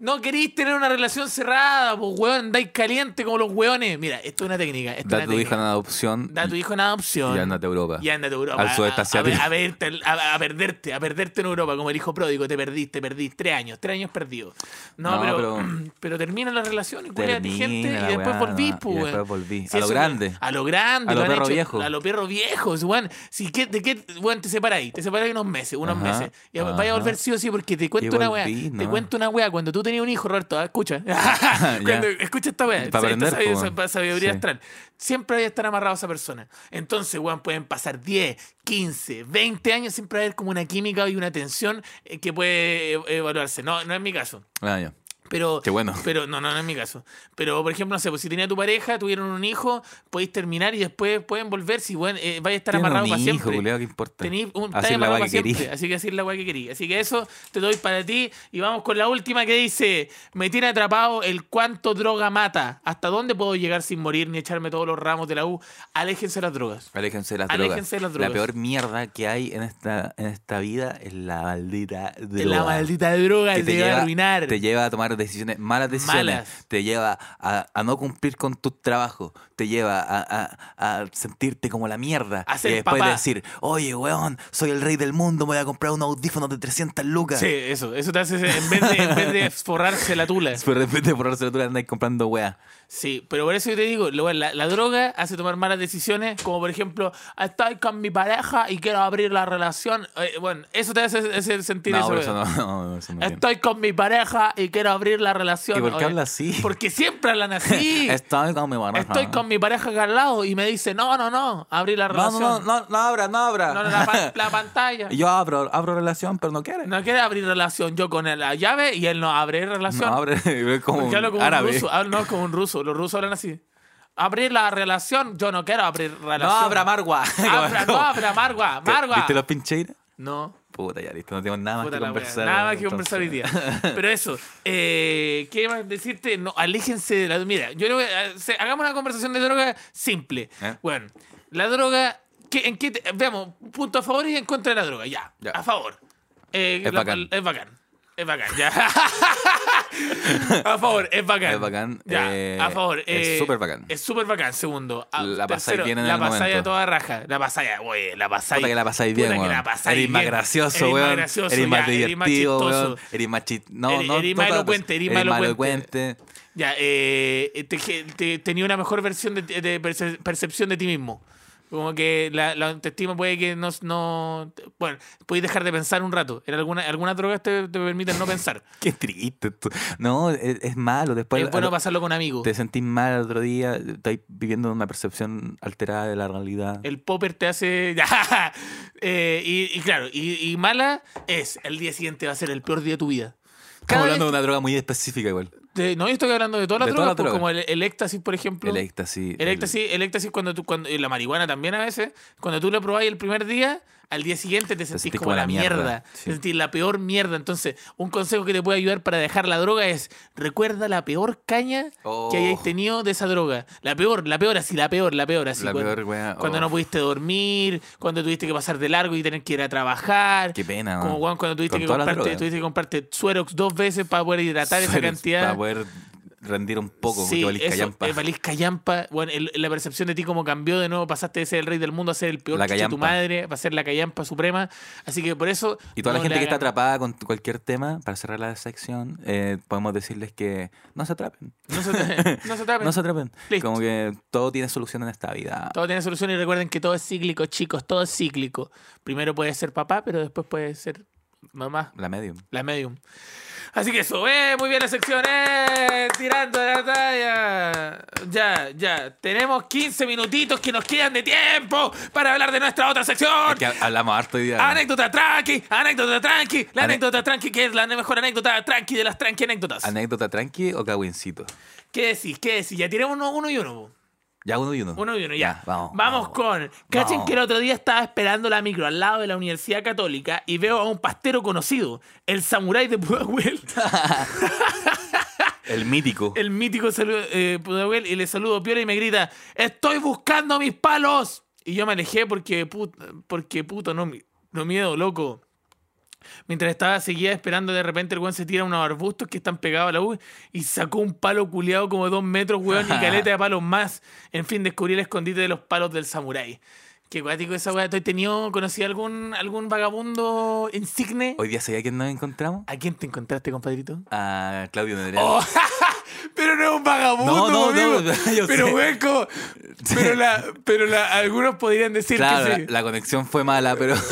[SPEAKER 2] No queréis tener una relación cerrada, pues weón, andáis caliente como los weones. Mira, esto es una técnica. Esto
[SPEAKER 3] Da
[SPEAKER 2] es
[SPEAKER 3] tu
[SPEAKER 2] una
[SPEAKER 3] hijo
[SPEAKER 2] técnica.
[SPEAKER 3] en adopción
[SPEAKER 2] Da a tu hijo en adopción.
[SPEAKER 3] y andate a Europa.
[SPEAKER 2] Y ándate a Europa.
[SPEAKER 3] Al
[SPEAKER 2] a-
[SPEAKER 3] sudeste
[SPEAKER 2] a-
[SPEAKER 3] asiático.
[SPEAKER 2] A, verte- a- a perderte, a perderte en Europa como el hijo pródigo. Te perdiste, perdí tres años, tres años perdidos. No,
[SPEAKER 3] No,
[SPEAKER 2] pero,
[SPEAKER 3] pero-
[SPEAKER 2] pero, termina la relación y cuida a ti gente
[SPEAKER 3] Termina
[SPEAKER 2] y
[SPEAKER 3] la
[SPEAKER 2] después
[SPEAKER 3] weá,
[SPEAKER 2] volvís,
[SPEAKER 3] no,
[SPEAKER 2] pues,
[SPEAKER 3] y
[SPEAKER 2] weón.
[SPEAKER 3] después volví.
[SPEAKER 2] Si
[SPEAKER 3] A lo
[SPEAKER 2] eso-
[SPEAKER 3] grande.
[SPEAKER 2] A lo grande.
[SPEAKER 3] A lo
[SPEAKER 2] han
[SPEAKER 3] perro
[SPEAKER 2] hecho-
[SPEAKER 3] viejo.
[SPEAKER 2] A los perros viejos, weón. Si, ¿qué, ¿De qué, weón, te separáis? Te separáis unos meses, unos
[SPEAKER 3] Ajá,
[SPEAKER 2] meses. Y vaya
[SPEAKER 3] ajá.
[SPEAKER 2] a volver sí o sí porque te cuento
[SPEAKER 3] Y
[SPEAKER 2] una weá.
[SPEAKER 3] volví,
[SPEAKER 2] Te
[SPEAKER 3] no.
[SPEAKER 2] cuento una weá. Cuando tú tenías un hijo, Roberto, ah, escucha. Cuando- escucha esta weá.
[SPEAKER 3] Para
[SPEAKER 2] Esta
[SPEAKER 3] aprender,
[SPEAKER 2] sabiduría-
[SPEAKER 3] po, weón.
[SPEAKER 2] para sabiduría
[SPEAKER 3] Sí.
[SPEAKER 2] astral. Siempre voy a estar amarrado a esa persona. Entonces, weón, pueden pasar 10, 15, 20 años siempre haber como una química y una tensión eh, que puede eh, evaluarse. No, no es mi caso.
[SPEAKER 3] Ah, ya.
[SPEAKER 2] Pero,
[SPEAKER 3] Qué bueno.
[SPEAKER 2] pero no, no, no es mi caso. Pero, por ejemplo, no sé, pues si tenía tu pareja, tuvieron un hijo, podéis terminar y después pueden volver si bueno, eh, vais a estar
[SPEAKER 3] Tiene
[SPEAKER 2] amarrado
[SPEAKER 3] un
[SPEAKER 2] para
[SPEAKER 3] hijo,
[SPEAKER 2] siempre.
[SPEAKER 3] culiao, ¿qué importa?
[SPEAKER 2] Tenís un
[SPEAKER 3] Hacer
[SPEAKER 2] talla
[SPEAKER 3] la
[SPEAKER 2] para
[SPEAKER 3] weá que
[SPEAKER 2] siempre.
[SPEAKER 3] querís.
[SPEAKER 2] Así que así es la weá que querí. Así que eso te doy para ti. Y vamos con la última que dice: Me tiene atrapado el cuánto droga mata. ¿Hasta dónde puedo llegar sin morir ni echarme todos los ramos de la U? Aléjense de las drogas.
[SPEAKER 3] Aléjense de las
[SPEAKER 2] Aléjense de las
[SPEAKER 3] drogas.
[SPEAKER 2] drogas.
[SPEAKER 3] La peor mierda que hay en esta, en esta vida es la maldita droga.
[SPEAKER 2] La maldita droga
[SPEAKER 3] que
[SPEAKER 2] te, va a arruinar.
[SPEAKER 3] te lleva a tomar decisiones, malas decisiones,
[SPEAKER 2] Malas.
[SPEAKER 3] te lleva a, a no cumplir con tus trabajos, te lleva a, a- a sentirte como la mierda
[SPEAKER 2] A ser
[SPEAKER 3] y después
[SPEAKER 2] papá.
[SPEAKER 3] decir, oye weón, soy el rey del mundo, me voy a comprar un audífono de 300 lucas.
[SPEAKER 2] Sí, eso. Eso te hace, en vez de, en vez de forrarse la tula.
[SPEAKER 3] Pero de repente por otro lado andáis comprando weá.
[SPEAKER 2] Sí, pero por eso yo te digo, lo- la, la droga hace tomar malas decisiones, como por ejemplo, estoy con mi pareja y quiero abrir la relación. Eh, bueno, eso te hace, hace sentir
[SPEAKER 3] No,
[SPEAKER 2] eso.
[SPEAKER 3] pero
[SPEAKER 2] weón.
[SPEAKER 3] eso no, no, eso no tiene.
[SPEAKER 2] Estoy con mi pareja y quiero abrir la relación.
[SPEAKER 3] ¿Y por qué
[SPEAKER 2] Oye,
[SPEAKER 3] habla así?
[SPEAKER 2] Porque siempre hablan así.
[SPEAKER 3] Estoy con mi pareja.
[SPEAKER 2] Estoy con mi pareja acá al lado y me dice, no, no, no, abrir la
[SPEAKER 3] No,
[SPEAKER 2] relación.
[SPEAKER 3] no, no, no, no abra, no abra.
[SPEAKER 2] No, no, la, pan- la pantalla.
[SPEAKER 3] Yo abro, abro relación, pero no quiere.
[SPEAKER 2] No quiere abrir relación yo con él la llave y él no abre
[SPEAKER 3] No,
[SPEAKER 2] relación.
[SPEAKER 3] abre, es como
[SPEAKER 2] Porque
[SPEAKER 3] un
[SPEAKER 2] hablo como un
[SPEAKER 3] árabe.
[SPEAKER 2] ruso. hablo- no, como un ruso. Los rusos hablan así. Abrir la relación. Yo no quiero abrir relación.
[SPEAKER 3] No abra Margua.
[SPEAKER 2] Abra,
[SPEAKER 3] Como-
[SPEAKER 2] no abra, Margua.
[SPEAKER 3] ¿Qué?
[SPEAKER 2] Margua.
[SPEAKER 3] ¿Viste los pincheiros?
[SPEAKER 2] No.
[SPEAKER 3] Puta, ya listo, no tenemos nada más
[SPEAKER 2] Puta
[SPEAKER 3] que
[SPEAKER 2] la wea,
[SPEAKER 3] conversar.
[SPEAKER 2] Nada más que
[SPEAKER 3] entonces.
[SPEAKER 2] conversar hoy día. Pero eso, eh, ¿qué más decirte? No, aléjense de la Mira, yo creo que eh, se- hagamos una conversación de droga simple.
[SPEAKER 3] ¿Eh?
[SPEAKER 2] Bueno, la droga, ¿qué- en qué te- veamos, punto a favor y en contra de la droga, ya.
[SPEAKER 3] Ya.
[SPEAKER 2] A favor. Eh,
[SPEAKER 3] Es
[SPEAKER 2] la-
[SPEAKER 3] bacán.
[SPEAKER 2] Es bacán. Es bacán, ya. a favor, es bacán.
[SPEAKER 3] Es bacán,
[SPEAKER 2] Ya,
[SPEAKER 3] eh,
[SPEAKER 2] a favor.
[SPEAKER 3] es súper bacán.
[SPEAKER 2] Es súper bacán, segundo. A-
[SPEAKER 3] La pasáis
[SPEAKER 2] tercero,
[SPEAKER 3] bien en
[SPEAKER 2] La
[SPEAKER 3] el
[SPEAKER 2] pasáis a
[SPEAKER 3] momento.
[SPEAKER 2] toda raja. La pasáis, oye, la pasáis.
[SPEAKER 3] Puta que la pasáis
[SPEAKER 2] puta
[SPEAKER 3] bien,
[SPEAKER 2] que la
[SPEAKER 3] weón.
[SPEAKER 2] pasáis
[SPEAKER 3] Eres más
[SPEAKER 2] bien.
[SPEAKER 3] gracioso,
[SPEAKER 2] Eres más
[SPEAKER 3] weón.
[SPEAKER 2] gracioso,
[SPEAKER 3] Eres más
[SPEAKER 2] ya, eres más
[SPEAKER 3] divertido, weón.
[SPEAKER 2] chistoso.
[SPEAKER 3] Eres más chis- No,
[SPEAKER 2] Eres-
[SPEAKER 3] no.
[SPEAKER 2] eres
[SPEAKER 3] no
[SPEAKER 2] más
[SPEAKER 3] tanto.
[SPEAKER 2] elocuente, eres más elocuente.
[SPEAKER 3] elocuente.
[SPEAKER 2] Ya, eh, te, te- tenía una mejor versión de, de perce- percepción de ti mismo. Como que la, la autoestima puede que no, no... Bueno, puedes dejar de pensar un rato. En alguna, algunas drogas te, te permiten no pensar.
[SPEAKER 3] Qué triste. esto. No, es, es malo. Después
[SPEAKER 2] es bueno pasarlo con amigos.
[SPEAKER 3] te sentís mal al otro día. Estás viviendo una percepción alterada de la realidad.
[SPEAKER 2] El popper te hace... Ya. Eh, y, y claro, y, y mala es, el día siguiente va a ser el peor día de tu vida.
[SPEAKER 3] Estamos
[SPEAKER 2] Cada vez
[SPEAKER 3] hablando de una droga muy específica, igual.
[SPEAKER 2] te- no, yo estoy hablando de todas las
[SPEAKER 3] De
[SPEAKER 2] drogas,
[SPEAKER 3] todas las
[SPEAKER 2] pues,
[SPEAKER 3] drogas.
[SPEAKER 2] como el, el éxtasis, por ejemplo.
[SPEAKER 3] El éxtasis.
[SPEAKER 2] El éxtasis, el éxtasis cuando tú, cuando, y la marihuana también a veces, cuando tú lo probás el primer día, al día siguiente te sentís como, la mierda.
[SPEAKER 3] sí.
[SPEAKER 2] Te sentís la peor mierda. Entonces, un consejo que te puede ayudar para dejar la droga es recuerda la peor caña
[SPEAKER 3] Oh.
[SPEAKER 2] que hayáis tenido de esa droga. La peor, la peor así, la peor, la peor así.
[SPEAKER 3] La
[SPEAKER 2] cuando
[SPEAKER 3] peor, weá,
[SPEAKER 2] cuando
[SPEAKER 3] oh.
[SPEAKER 2] no pudiste dormir, cuando tuviste que pasar de largo y tener que ir a trabajar.
[SPEAKER 3] Qué pena,
[SPEAKER 2] Como
[SPEAKER 3] weón.
[SPEAKER 2] Juan, cuando tuviste
[SPEAKER 3] Con
[SPEAKER 2] que,
[SPEAKER 3] todas las
[SPEAKER 2] comprarte,
[SPEAKER 3] drogas.
[SPEAKER 2] tuviste que comprarte Suerox dos veces para poder hidratar esa
[SPEAKER 3] Sueles,
[SPEAKER 2] cantidad.
[SPEAKER 3] Para poder rendir un poco.
[SPEAKER 2] Sí,
[SPEAKER 3] porque valís
[SPEAKER 2] eso,
[SPEAKER 3] callampa.
[SPEAKER 2] eh, valís callampa. Bueno, el- la percepción de ti como cambió de nuevo. Pasaste de ser el rey del mundo a ser el peor
[SPEAKER 3] La
[SPEAKER 2] chuche de tu
[SPEAKER 3] callampa.
[SPEAKER 2] madre, va a ser la callampa suprema. Así que por eso.
[SPEAKER 3] Y toda la
[SPEAKER 2] no
[SPEAKER 3] gente
[SPEAKER 2] le
[SPEAKER 3] que está
[SPEAKER 2] hagan-
[SPEAKER 3] atrapada con cualquier tema, para cerrar la sección, eh, podemos decirles que no se atrapen.
[SPEAKER 2] No se, atrapen, no se atrapen.
[SPEAKER 3] No se atrapen.
[SPEAKER 2] Listo.
[SPEAKER 3] Como que todo tiene solución en esta vida.
[SPEAKER 2] Todo tiene solución y recuerden que todo es cíclico, chicos. Todo es cíclico. Primero puede ser papá, pero después puede ser mamá.
[SPEAKER 3] La medium.
[SPEAKER 2] La medium. Así que eso, eh, muy bien la sección, eh, tirando de la talla. Ya, ya, tenemos 15 minutitos que nos quedan de tiempo para hablar de nuestra otra sección.
[SPEAKER 3] Que ha- hablamos harto hoy día.
[SPEAKER 2] Anécdota tranqui, anécdota tranqui, la
[SPEAKER 3] Ane-
[SPEAKER 2] anécdota tranqui, que es la mejor anécdota tranqui de las tranqui anécdotas.
[SPEAKER 3] ¿Anécdota tranqui o cagüencito?
[SPEAKER 2] ¿Qué decís? ¿Qué decís? Ya tiremos uno, uno y uno. po.
[SPEAKER 3] Ya uno y uno.
[SPEAKER 2] Uno y uno, ya.
[SPEAKER 3] vamos.
[SPEAKER 2] con. Cachen
[SPEAKER 3] Vamos.
[SPEAKER 2] que el otro día estaba esperando la micro al lado de la Universidad Católica y veo a un pastero conocido, el samurái de Pudahuel,
[SPEAKER 3] El mítico.
[SPEAKER 2] el mítico salu- eh, Pudahuel, y le saludo piola y me grita: ¡Estoy buscando mis palos! Y yo me alejé porque, put- porque puto, no, mi- no miedo, loco. Mientras estaba seguía esperando, de repente el weón se tira a unos arbustos que están pegados a la U y sacó un palo culeado como de dos metros, weón, y caleta de palos más. En fin, descubrí el escondite de los palos del samurái. Qué cuático esa weá. ¿Estoy tenido, conocí algún, algún vagabundo insigne?
[SPEAKER 3] Hoy día sabía quién nos encontramos.
[SPEAKER 2] ¿A quién te encontraste, compadrito?
[SPEAKER 3] A Claudio Nerea.
[SPEAKER 2] Oh, pero no es un vagabundo,
[SPEAKER 3] No, no,
[SPEAKER 2] amigo.
[SPEAKER 3] no, yo
[SPEAKER 2] pero
[SPEAKER 3] sé.
[SPEAKER 2] weón, como- pero la, pero la, algunos podrían decir
[SPEAKER 3] claro,
[SPEAKER 2] que
[SPEAKER 3] la,
[SPEAKER 2] sí.
[SPEAKER 3] la conexión fue mala, pero.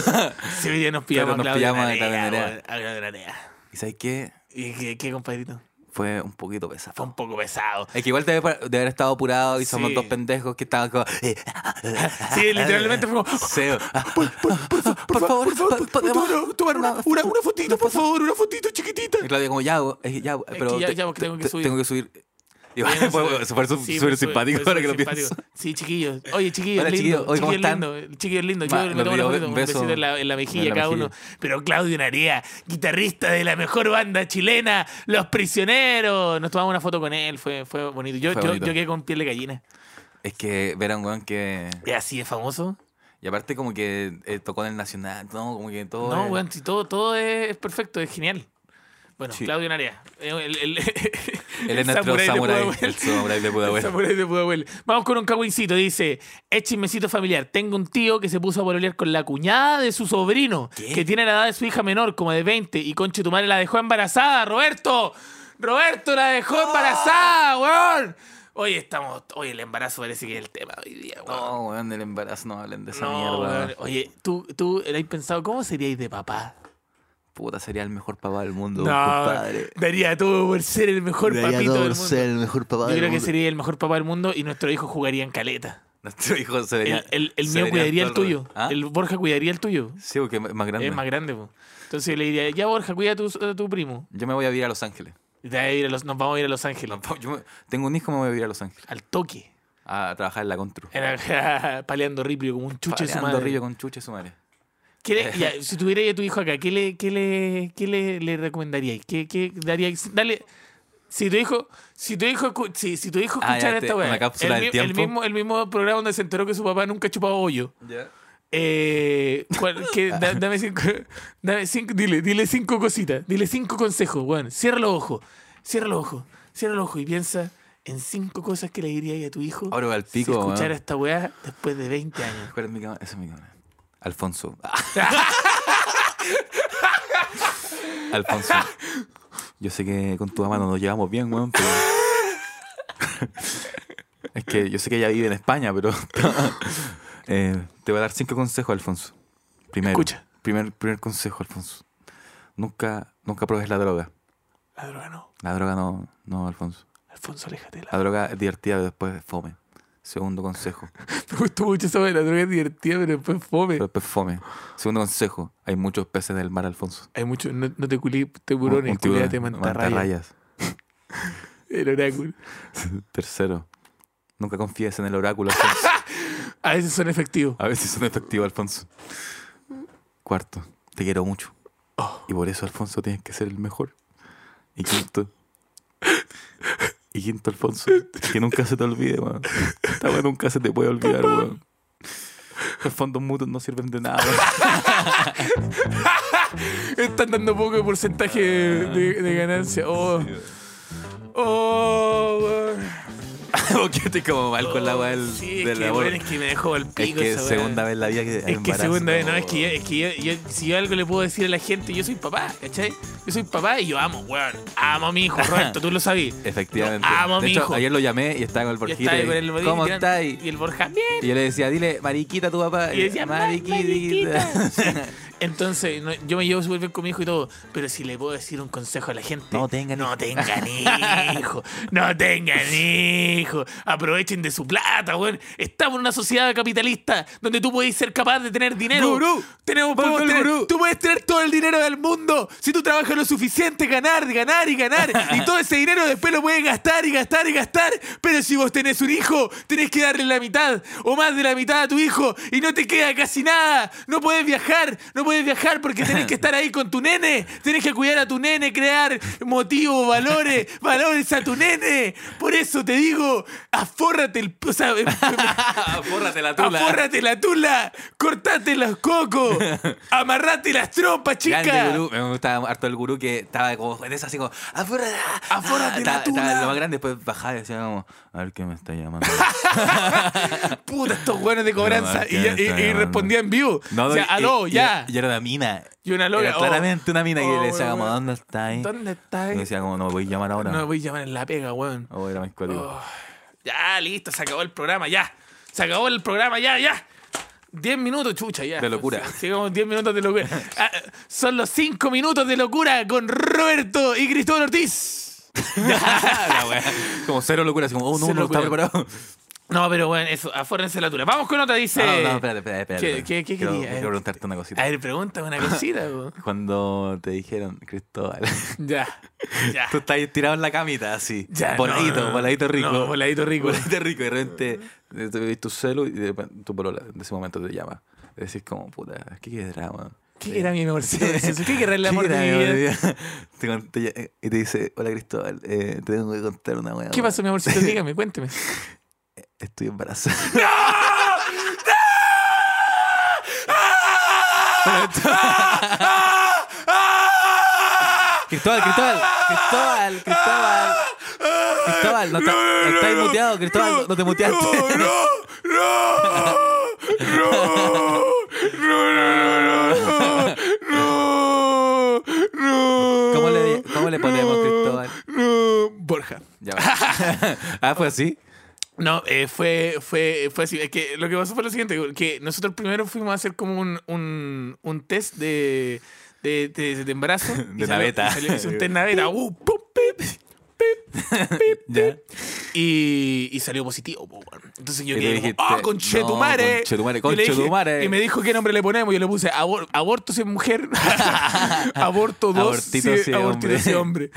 [SPEAKER 2] Sí, hoy día nos pillamos
[SPEAKER 3] nos
[SPEAKER 2] a Claudio
[SPEAKER 3] pillamos a
[SPEAKER 2] Narea,
[SPEAKER 3] Claudio Narea.
[SPEAKER 2] weón, a Claudio Narea.
[SPEAKER 3] ¿Y sabes qué?
[SPEAKER 2] ¿Y qué, qué, compadrito?
[SPEAKER 3] Fue un poquito
[SPEAKER 2] Fue un
[SPEAKER 3] pesado.
[SPEAKER 2] poco pesado.
[SPEAKER 3] Es que igual debe, pa- debe haber estado apurado y somos
[SPEAKER 2] Sí.
[SPEAKER 3] dos pendejos que estaban como. eh,
[SPEAKER 2] Sí, literalmente fue como,
[SPEAKER 3] Seo.
[SPEAKER 2] Ah, Por, favor, por favor,
[SPEAKER 3] po- podemos-
[SPEAKER 2] podemos tomar una,
[SPEAKER 3] una-
[SPEAKER 2] una, una fotito, por favor, una fotito chiquitita.
[SPEAKER 3] Y Claudio como, ya, eh, ya, pero.
[SPEAKER 2] ya-
[SPEAKER 3] te-
[SPEAKER 2] ya, porque tengo que
[SPEAKER 3] te-
[SPEAKER 2] subir.
[SPEAKER 3] Tengo que subir. Y
[SPEAKER 2] Oye, no
[SPEAKER 3] fue-
[SPEAKER 2] sé.
[SPEAKER 3] fue súper su-
[SPEAKER 2] Sí,
[SPEAKER 3] súper
[SPEAKER 2] fue-
[SPEAKER 3] simpático
[SPEAKER 2] fue
[SPEAKER 3] ahora que lo
[SPEAKER 2] súper
[SPEAKER 3] pienso.
[SPEAKER 2] simpático. Sí, chiquillos. Oye, chiquillos,
[SPEAKER 3] Hola,
[SPEAKER 2] lindo.
[SPEAKER 3] chiquillos. Oye, ¿cómo
[SPEAKER 2] chiquillos
[SPEAKER 3] están?
[SPEAKER 2] lindo. Chiquillos lindo.
[SPEAKER 3] Ma,
[SPEAKER 2] Yo
[SPEAKER 3] los
[SPEAKER 2] le tomo
[SPEAKER 3] veo,
[SPEAKER 2] una foto, un
[SPEAKER 3] beso
[SPEAKER 2] besito en la, en la mejilla
[SPEAKER 3] en la
[SPEAKER 2] cada
[SPEAKER 3] mejilla.
[SPEAKER 2] uno. Pero Claudio Narea, guitarrista de la mejor banda chilena, Los Prisioneros. Nos tomamos una foto con él, fue, fue bonito. Yo,
[SPEAKER 3] Fue
[SPEAKER 2] yo,
[SPEAKER 3] bonito.
[SPEAKER 2] yo quedé con piel de gallina.
[SPEAKER 3] Es que ver a un weón que.
[SPEAKER 2] Es así, es famoso.
[SPEAKER 3] Y aparte, como que eh, tocó en el Nacional, ¿no? Como que todo.
[SPEAKER 2] No,
[SPEAKER 3] es-
[SPEAKER 2] weón, si todo, todo es perfecto, es genial. Bueno,
[SPEAKER 3] Sí.
[SPEAKER 2] Claudio Narea. eh, El, el,
[SPEAKER 3] Él
[SPEAKER 2] el
[SPEAKER 3] es nuestro
[SPEAKER 2] samurái de
[SPEAKER 3] samurái.
[SPEAKER 2] Pudahuel.
[SPEAKER 3] El samurái de
[SPEAKER 2] El
[SPEAKER 3] Pudahuel.
[SPEAKER 2] samurái de Pudahuel. Vamos con un cagüincito. Dice: Es chismecito familiar. Tengo un tío que se puso a pololear con la cuñada de su sobrino,
[SPEAKER 3] ¿Qué?
[SPEAKER 2] que tiene la edad de su hija menor, como de 20. Y conche, tu madre la dejó embarazada, Roberto. Roberto la dejó embarazada,
[SPEAKER 3] Ah.
[SPEAKER 2] weón. Hoy estamos. Hoy el embarazo parece que es el tema hoy día, weón.
[SPEAKER 3] No, weón, del embarazo no hablen de esa
[SPEAKER 2] No,
[SPEAKER 3] mierda.
[SPEAKER 2] weón. Oye, tú, tú habéis pensado, ¿cómo seríais de papá?
[SPEAKER 3] Puta, sería el mejor papá del mundo,
[SPEAKER 2] No,
[SPEAKER 3] compadre.
[SPEAKER 2] daría todo por ser el mejor papito del mundo.
[SPEAKER 3] el mejor papá
[SPEAKER 2] Yo creo que sería el mejor papá del mundo y nuestro hijo jugaría en caleta.
[SPEAKER 3] Nuestro hijo se vería.
[SPEAKER 2] El, el- el
[SPEAKER 3] se
[SPEAKER 2] mío
[SPEAKER 3] vería
[SPEAKER 2] cuidaría el
[SPEAKER 3] todo
[SPEAKER 2] tuyo.
[SPEAKER 3] ¿Ah?
[SPEAKER 2] El Borja cuidaría el tuyo.
[SPEAKER 3] Sí, porque es más grande.
[SPEAKER 2] Es más grande, po. Entonces le diría, ya Borja, cuida a tu, a tu primo.
[SPEAKER 3] Yo me voy a vivir a Los Ángeles.
[SPEAKER 2] Y te vas a ir a los- nos vamos a ir a Los Ángeles.
[SPEAKER 3] No, yo me- Tengo un hijo, me voy a vivir a Los Ángeles.
[SPEAKER 2] Al toque.
[SPEAKER 3] A trabajar en la Contru.
[SPEAKER 2] Era paleando ripio como un chuche de su
[SPEAKER 3] Paleando
[SPEAKER 2] madre.
[SPEAKER 3] río con chuche su madre.
[SPEAKER 2] ¿Qué le- ya, si tuviera ya tu hijo acá, ¿qué le, qué le, qué le, le recomendaríais? ¿Qué, qué daríais? Dale. Si tu hijo, si tu hijo, escu- si, si tu hijo
[SPEAKER 3] Ah, ya,
[SPEAKER 2] escuchara
[SPEAKER 3] te-
[SPEAKER 2] esta weá,
[SPEAKER 3] una cápsula
[SPEAKER 2] el,
[SPEAKER 3] del
[SPEAKER 2] mi- el
[SPEAKER 3] tiempo.
[SPEAKER 2] mismo, el mismo programa donde se enteró que su papá nunca chupaba hoyo. Eh, ¿cuál- qué- da- dame cinco, dame cinco- dile, dile cinco cositas, dile cinco consejos, weón. Cierra los ojos, cierra los ojos, cierra los ojos y piensa en cinco cosas que le dirías a tu hijo
[SPEAKER 3] Ahora al
[SPEAKER 2] si
[SPEAKER 3] pico. weón.
[SPEAKER 2] escuchara esta weá después de 20 años.
[SPEAKER 3] ¿Cuál es mi cámara? Esa es mi cámara. Alfonso. Alfonso. Yo sé que con tu mamá no nos llevamos bien, weón, pero. es que yo sé que ella vive en España, pero. Eh, te voy a dar cinco consejos, Alfonso. Primero.
[SPEAKER 2] Escucha.
[SPEAKER 3] Primer, primer consejo, Alfonso. Nunca, nunca pruebes la droga.
[SPEAKER 2] La droga no,
[SPEAKER 3] La droga no, no, Alfonso.
[SPEAKER 2] Ah, Alfonso, aléjate. de la
[SPEAKER 3] La droga es divertida, pero después es fome. Segundo consejo.
[SPEAKER 2] Me gustó mucho esa de la droga es divertida, pero después fome.
[SPEAKER 3] Pero después fome. Segundo consejo. Hay muchos peces del mar, Alfonso.
[SPEAKER 2] Hay mucho, no, no te culí
[SPEAKER 3] Un-
[SPEAKER 2] tiburones,
[SPEAKER 3] un
[SPEAKER 2] culiate
[SPEAKER 3] tiburón,
[SPEAKER 2] mantarrayas.
[SPEAKER 3] mantarrayas.
[SPEAKER 2] El oráculo.
[SPEAKER 3] Tercero, nunca confíes en el oráculo. Alfonso.
[SPEAKER 2] A veces son efectivos.
[SPEAKER 3] A veces son efectivos, Alfonso. Cuarto, te quiero mucho. Y por eso, Alfonso, tienes que ser el mejor. Y quinto. Y quinto, Alfonso, que nunca se te olvide, weón. Esta weá nunca se te puede olvidar, weón. Los fondos mutuos no sirven de nada.
[SPEAKER 2] Están dando poco de porcentaje de, de- de ganancia. Oh. Oh, weón.
[SPEAKER 3] Porque estoy como mal con la weá del-
[SPEAKER 2] Oh, Sí,
[SPEAKER 3] de
[SPEAKER 2] es
[SPEAKER 3] la
[SPEAKER 2] que,
[SPEAKER 3] weá.
[SPEAKER 2] weón, es que me dejó al
[SPEAKER 3] Es
[SPEAKER 2] pico.
[SPEAKER 3] que
[SPEAKER 2] esa weá.
[SPEAKER 3] segunda vez en la vida que
[SPEAKER 2] Es que
[SPEAKER 3] embarazo,
[SPEAKER 2] segunda vez, no, es que, yo, es que yo- yo- si yo algo le puedo decir a la gente, yo soy papá, ¿cachai? Yo soy papá y yo amo, weón. Amo a mi hijo, Roberto, tú lo sabías.
[SPEAKER 3] Efectivamente.
[SPEAKER 2] Lo amo,
[SPEAKER 3] de
[SPEAKER 2] mi
[SPEAKER 3] hecho,
[SPEAKER 2] hijo.
[SPEAKER 3] ayer lo llamé y estaba con el
[SPEAKER 2] Ya está
[SPEAKER 3] Borjita.
[SPEAKER 2] ahí
[SPEAKER 3] y,
[SPEAKER 2] con el bodín
[SPEAKER 3] ¿Cómo
[SPEAKER 2] tirando.
[SPEAKER 3] estáis?
[SPEAKER 2] Y el Borja, bien.
[SPEAKER 3] Y yo le decía, dile, mariquita a tu papá.
[SPEAKER 2] Y decía, "Ma- mariquita". Entonces, no- yo me llevo súper bien con mi hijo y todo, pero si le puedo decir un consejo a la gente.
[SPEAKER 3] No tengan
[SPEAKER 2] No tengan hijo. No tengan hijo. Aprovechen de su plata, weón. Estamos en una sociedad capitalista donde tú puedes ser capaz de tener dinero.
[SPEAKER 3] Gurú.
[SPEAKER 2] Tenemos,
[SPEAKER 3] Vuelve
[SPEAKER 2] podemos
[SPEAKER 3] el
[SPEAKER 2] tener-
[SPEAKER 3] gurú.
[SPEAKER 2] tú puedes tener todo el dinero del mundo. Si tú trabajas lo suficiente, ganar, ganar y ganar. y todo ese dinero después lo puedes gastar y gastar y gastar. Pero si vos tenés un hijo, tenés que darle la mitad o más de la mitad a tu hijo y no te queda casi nada. No puedes viajar, no puedes viajar porque tenés que estar ahí con tu nene. Tenés que cuidar a tu nene, crear motivos, valores, valores a tu nene. Por eso te digo, afórrate el... o sea,
[SPEAKER 3] Afórrate la
[SPEAKER 2] Afórrate la tula, cortate los cocos, amarrate las trompas, chica.
[SPEAKER 3] Grande gurú. Me gustaba harto el gurú que estaba como en esa así como, afórrate,
[SPEAKER 2] Afórrate la
[SPEAKER 3] Estaba- estaba
[SPEAKER 2] tula.
[SPEAKER 3] lo más grande, después bajaba y decía como, a ver qué me está llamando.
[SPEAKER 2] Puta, estos buenos de cobranza.
[SPEAKER 3] No,
[SPEAKER 2] Y, y-
[SPEAKER 3] está
[SPEAKER 2] y
[SPEAKER 3] llamando.
[SPEAKER 2] respondía en vivo. o sea,
[SPEAKER 3] y-
[SPEAKER 2] aló,
[SPEAKER 3] y-
[SPEAKER 2] ya.
[SPEAKER 3] Y, era una mina.
[SPEAKER 2] Y una loca.
[SPEAKER 3] Era claramente una mina que
[SPEAKER 2] oh,
[SPEAKER 3] le decía como,
[SPEAKER 2] weón.
[SPEAKER 3] ¿dónde está ahí?
[SPEAKER 2] ¿Dónde
[SPEAKER 3] Y
[SPEAKER 2] estás?
[SPEAKER 3] decía como, no me voy a llamar ahora.
[SPEAKER 2] No me voy a llamar en la pega, weón.
[SPEAKER 3] Oh, era más cuático.
[SPEAKER 2] Oh, Ya, listo, se acabó el programa, ya. Se acabó el programa, ya, ya. 10 minutos, chucha, ya.
[SPEAKER 3] De locura.
[SPEAKER 2] Sí, Sigamos 10 minutos de locura. Ah, son los 5 minutos de locura con Roberto y Cristóbal Ortiz.
[SPEAKER 3] La wea. como cero locura, así como, oh, no,
[SPEAKER 2] Cero
[SPEAKER 3] no estaba
[SPEAKER 2] locura.
[SPEAKER 3] preparado.
[SPEAKER 2] No, pero bueno, eso, afórrense la tula. Vamos con otra, dice.
[SPEAKER 3] Ah, No, no, espérate, espérate, espérate.
[SPEAKER 2] ¿Qué- qué- qué
[SPEAKER 3] quiero,
[SPEAKER 2] quería?
[SPEAKER 3] quiero preguntarte una
[SPEAKER 2] A
[SPEAKER 3] cosita.
[SPEAKER 2] ver, pregúntame una cosita, po.
[SPEAKER 3] Cuando te dijeron, Cristóbal,
[SPEAKER 2] Ya. Ya.
[SPEAKER 3] tú estás ahí tirado en la camita, así,
[SPEAKER 2] ya
[SPEAKER 3] voladito,
[SPEAKER 2] no, no, no.
[SPEAKER 3] voladito rico.
[SPEAKER 2] No, voladito rico.
[SPEAKER 3] Voladito rico, y de repente eh, te veis tu celu y de repente tu polola en ese momento te llama. Y decís como, puta, ¿qué querrá, man?
[SPEAKER 2] ¿Qué era mi amor? ¿Qué querrá el amor
[SPEAKER 3] ¿Qué
[SPEAKER 2] de mi
[SPEAKER 3] querrá,
[SPEAKER 2] vida?
[SPEAKER 3] amor? Te con- te ll- Y te dice, hola Cristóbal, eh, te tengo que contar una wea.
[SPEAKER 2] ¿Qué
[SPEAKER 3] man.
[SPEAKER 2] pasó, mi amorcito? Dígame, cuénteme.
[SPEAKER 3] Estoy embarazada.
[SPEAKER 2] ¡Ah! ¡Ah!
[SPEAKER 3] Cristóbal, Cristóbal, Cristóbal, Cristóbal.
[SPEAKER 2] ¡Ah!
[SPEAKER 3] Cristóbal, no, está- no estáis muteado, Cristóbal, no, te muteaste.
[SPEAKER 2] No, no, no, no, no, no, no, no, no.
[SPEAKER 3] ¿Cómo le- cómo le ponemos,
[SPEAKER 2] no,
[SPEAKER 3] Cristóbal?
[SPEAKER 2] No, Borja.
[SPEAKER 3] Ya va. ah, fue así.
[SPEAKER 2] No, eh, fue, fue, fue así. Es que lo que pasó fue lo siguiente, que nosotros primero fuimos a hacer como un, un, un test de, de, de- de embarazo.
[SPEAKER 3] De naveta.
[SPEAKER 2] Salió, hizo un test naveta. Uh, pum, pip,
[SPEAKER 3] Ya.
[SPEAKER 2] y, y salió positivo. po, weón. Entonces yo
[SPEAKER 3] Y le
[SPEAKER 2] quedé
[SPEAKER 3] dijiste,
[SPEAKER 2] como, ¡ah,
[SPEAKER 3] "No,
[SPEAKER 2] conchetumare! Y
[SPEAKER 3] conchetumare,
[SPEAKER 2] le dije-
[SPEAKER 3] conchetumare.
[SPEAKER 2] Y me dijo qué nombre le ponemos. Yo le puse abor- aborto sin mujer, aborto dos,
[SPEAKER 3] Abortito
[SPEAKER 2] sí,
[SPEAKER 3] sin
[SPEAKER 2] abortito
[SPEAKER 3] hombre.
[SPEAKER 2] sin hombre.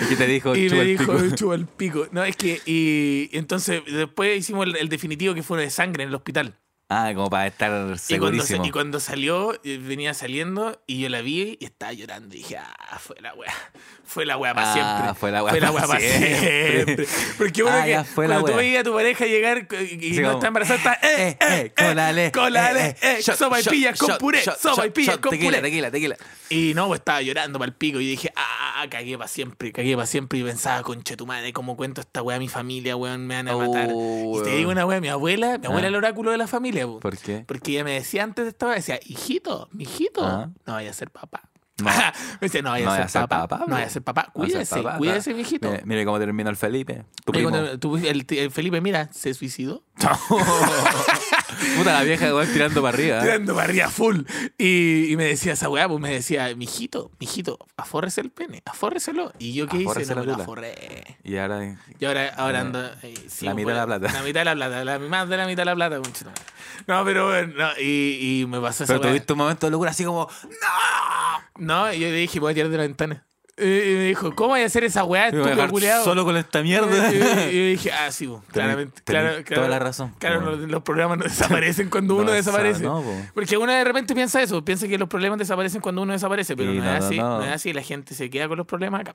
[SPEAKER 3] ¿Y qué te dijo?
[SPEAKER 2] Y
[SPEAKER 3] Chupa
[SPEAKER 2] me
[SPEAKER 3] el
[SPEAKER 2] dijo,
[SPEAKER 3] pico.
[SPEAKER 2] chupa el pico. No, es que, y entonces después hicimos el, el definitivo que fue de sangre en el hospital.
[SPEAKER 3] Ah, como para estar
[SPEAKER 2] Y cuando, sa-
[SPEAKER 3] segurísimo.
[SPEAKER 2] y cuando salió, eh, venía saliendo y yo la vi y estaba llorando. Y dije, ah, fue la wea. Fue la wea para
[SPEAKER 3] Ah,
[SPEAKER 2] siempre.
[SPEAKER 3] fue la wea pa'
[SPEAKER 2] pa'
[SPEAKER 3] siempre.
[SPEAKER 2] siempre. Porque bueno
[SPEAKER 3] Ah,
[SPEAKER 2] que
[SPEAKER 3] ya fue la
[SPEAKER 2] cuando tú
[SPEAKER 3] wea.
[SPEAKER 2] veías a tu pareja llegar eh, y
[SPEAKER 3] Sí,
[SPEAKER 2] no
[SPEAKER 3] como,
[SPEAKER 2] está embarazada, está, eh, eh, eh,
[SPEAKER 3] colale,
[SPEAKER 2] colale, eh,
[SPEAKER 3] shot,
[SPEAKER 2] sopa y
[SPEAKER 3] shot,
[SPEAKER 2] pillas con
[SPEAKER 3] shot,
[SPEAKER 2] puré,
[SPEAKER 3] shot,
[SPEAKER 2] sopa y
[SPEAKER 3] shot,
[SPEAKER 2] pillas
[SPEAKER 3] shot,
[SPEAKER 2] con
[SPEAKER 3] tequila,
[SPEAKER 2] puré.
[SPEAKER 3] Tequila, tequila,
[SPEAKER 2] Y no, pues, estaba llorando para el pico. Y dije, ah, cagué para siempre, cagué para siempre. Y pensaba, conche tu madre, ¿cómo cuento esta weá a mi familia, weón? Me van a matar.
[SPEAKER 3] Oh,
[SPEAKER 2] y te
[SPEAKER 3] weón.
[SPEAKER 2] digo una weá, mi abuela, mi abuela era
[SPEAKER 3] Ah.
[SPEAKER 2] el oráculo de la familia, po.
[SPEAKER 3] ¿Por qué?
[SPEAKER 2] Porque ella me decía antes de esta weá, decía, hijito, mijito,
[SPEAKER 3] Ah.
[SPEAKER 2] no vaya a ser papá.
[SPEAKER 3] No.
[SPEAKER 2] me decía, no vaya a ser papá. no vaya a ser papá.
[SPEAKER 3] No vaya a ser
[SPEAKER 2] Cuídese,
[SPEAKER 3] papá,
[SPEAKER 2] cuídese,
[SPEAKER 3] papá.
[SPEAKER 2] mijito.
[SPEAKER 3] Mire, mire cómo terminó el Felipe. Tu
[SPEAKER 2] Oye,
[SPEAKER 3] primo.
[SPEAKER 2] cuando tu- el, el Felipe, mira, se suicidó.
[SPEAKER 3] Puta la vieja igual tirando para arriba. ¿eh?
[SPEAKER 2] Tirando barría full. Y, y me decía esa weá, pues me decía, mijito, mijito, afórrese el pene, afórreselo. Y yo qué hice,
[SPEAKER 3] Afórrese
[SPEAKER 2] no
[SPEAKER 3] la
[SPEAKER 2] me lo
[SPEAKER 3] tula.
[SPEAKER 2] aforré.
[SPEAKER 3] Y ahora
[SPEAKER 2] Y ahora, ahora
[SPEAKER 3] Eh,
[SPEAKER 2] ando. eh, sí,
[SPEAKER 3] la
[SPEAKER 2] pues,
[SPEAKER 3] mitad de la
[SPEAKER 2] bueno,
[SPEAKER 3] plata.
[SPEAKER 2] La mitad de la plata, la- más de la mitad de la plata, conchito. No, pero bueno, no, y, y me pasó esa
[SPEAKER 3] Pero
[SPEAKER 2] weá.
[SPEAKER 3] tuviste un momento de locura así como,
[SPEAKER 2] No, y yo le dije, voy a tirar de la ventana. Y y me dijo, ¿cómo voy a hacer esa weá,
[SPEAKER 3] "Me voy a
[SPEAKER 2] estúpido
[SPEAKER 3] dejar
[SPEAKER 2] culiado?
[SPEAKER 3] solo con esta mierda.
[SPEAKER 2] Y, y- y yo dije, ah, sí, pues, claramente.
[SPEAKER 3] tenés
[SPEAKER 2] claro, claro,
[SPEAKER 3] toda la razón,
[SPEAKER 2] Claro,
[SPEAKER 3] pues,
[SPEAKER 2] los, los problemas no desaparecen cuando uno
[SPEAKER 3] No, esa-
[SPEAKER 2] desaparece.
[SPEAKER 3] no, po.
[SPEAKER 2] Porque uno de repente piensa eso, piensa que los problemas desaparecen cuando uno desaparece, pero
[SPEAKER 3] Sí,
[SPEAKER 2] no,
[SPEAKER 3] no,
[SPEAKER 2] es
[SPEAKER 3] no,
[SPEAKER 2] así, no.
[SPEAKER 3] no.
[SPEAKER 2] es así, la gente se queda con los problemas acá.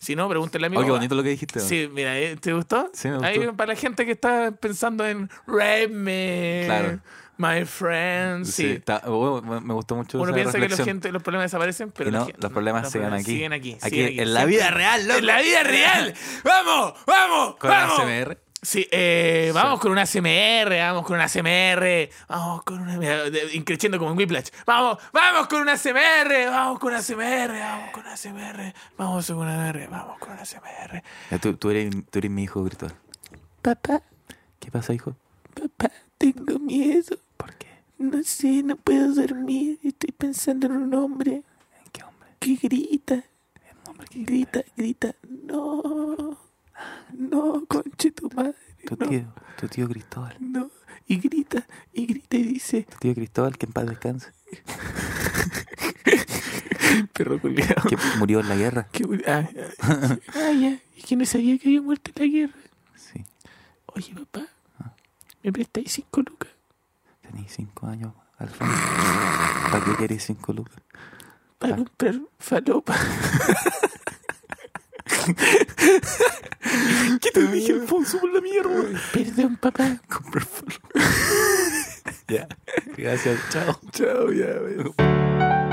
[SPEAKER 2] Si no, pregúntenle a mi
[SPEAKER 3] Oh, qué
[SPEAKER 2] mamá.
[SPEAKER 3] bonito lo que dijiste. ¿no?
[SPEAKER 2] Sí, mira, eh, ¿te gustó?
[SPEAKER 3] Sí, me
[SPEAKER 2] Ahí
[SPEAKER 3] gustó.
[SPEAKER 2] para la gente que está pensando en Rape Me,
[SPEAKER 3] Claro.
[SPEAKER 2] My Friends,
[SPEAKER 3] Sí,
[SPEAKER 2] sí.
[SPEAKER 3] está- bueno, me- me gustó mucho
[SPEAKER 2] Uno
[SPEAKER 3] esa
[SPEAKER 2] piensa que los,
[SPEAKER 3] reflexión.
[SPEAKER 2] gente- los problemas desaparecen, pero
[SPEAKER 3] Y no,
[SPEAKER 2] la gente-
[SPEAKER 3] los problemas siguen aquí.
[SPEAKER 2] Siguen aquí.
[SPEAKER 3] Aquí,
[SPEAKER 2] siguen
[SPEAKER 3] en la vida real, loco.
[SPEAKER 2] En la vida real. ¡Vamos! ¡Vamos!
[SPEAKER 3] Con la
[SPEAKER 2] ¡Vamos!
[SPEAKER 3] CMR.
[SPEAKER 2] Sí, eh, vamos con una CMR, vamos con una CMR, vamos con una. mira, de- Increciendo como en Whiplash. Vamos, vamos con una CMR, vamos con una CMR, vamos con una CMR, vamos con una CMR, vamos con una CMR.
[SPEAKER 3] Ya, Tú, tú eres, tú eres mi hijo virtual.
[SPEAKER 2] Papá,
[SPEAKER 3] ¿Qué pasa, hijo?
[SPEAKER 2] papá, tengo miedo.
[SPEAKER 3] ¿Por qué?
[SPEAKER 2] No sé, no puedo dormir. Estoy pensando en un hombre
[SPEAKER 3] ¿Qué hombre?
[SPEAKER 2] que grita,
[SPEAKER 3] ¿Qué hombre? ¿Qué
[SPEAKER 2] grita, grita. No, no, conche tu madre.
[SPEAKER 3] Tu
[SPEAKER 2] no,
[SPEAKER 3] tío, tu tío Cristóbal.
[SPEAKER 2] no. Y grita, y grita y dice,
[SPEAKER 3] Tu tío Cristóbal, que en paz descanse.
[SPEAKER 2] perro culiao.
[SPEAKER 3] Que murió en la guerra.
[SPEAKER 2] Que, ah, ah, ah, ya, es que no sabía que había muerto en la guerra.
[SPEAKER 3] Sí.
[SPEAKER 2] Oye, papá,
[SPEAKER 3] Ah.
[SPEAKER 2] ¿me prestáis cinco lucas?
[SPEAKER 3] Tenéis cinco años, Alfonso. ¿Para qué queréis cinco lucas?
[SPEAKER 2] Para
[SPEAKER 3] Ah.
[SPEAKER 2] comprar falopa.
[SPEAKER 3] ¿Qué te dije, Alfonso, por la mierda?
[SPEAKER 2] Perdón, papá.
[SPEAKER 3] Comprar Ya. Gracias. Chao.
[SPEAKER 2] Chao, ya, wey.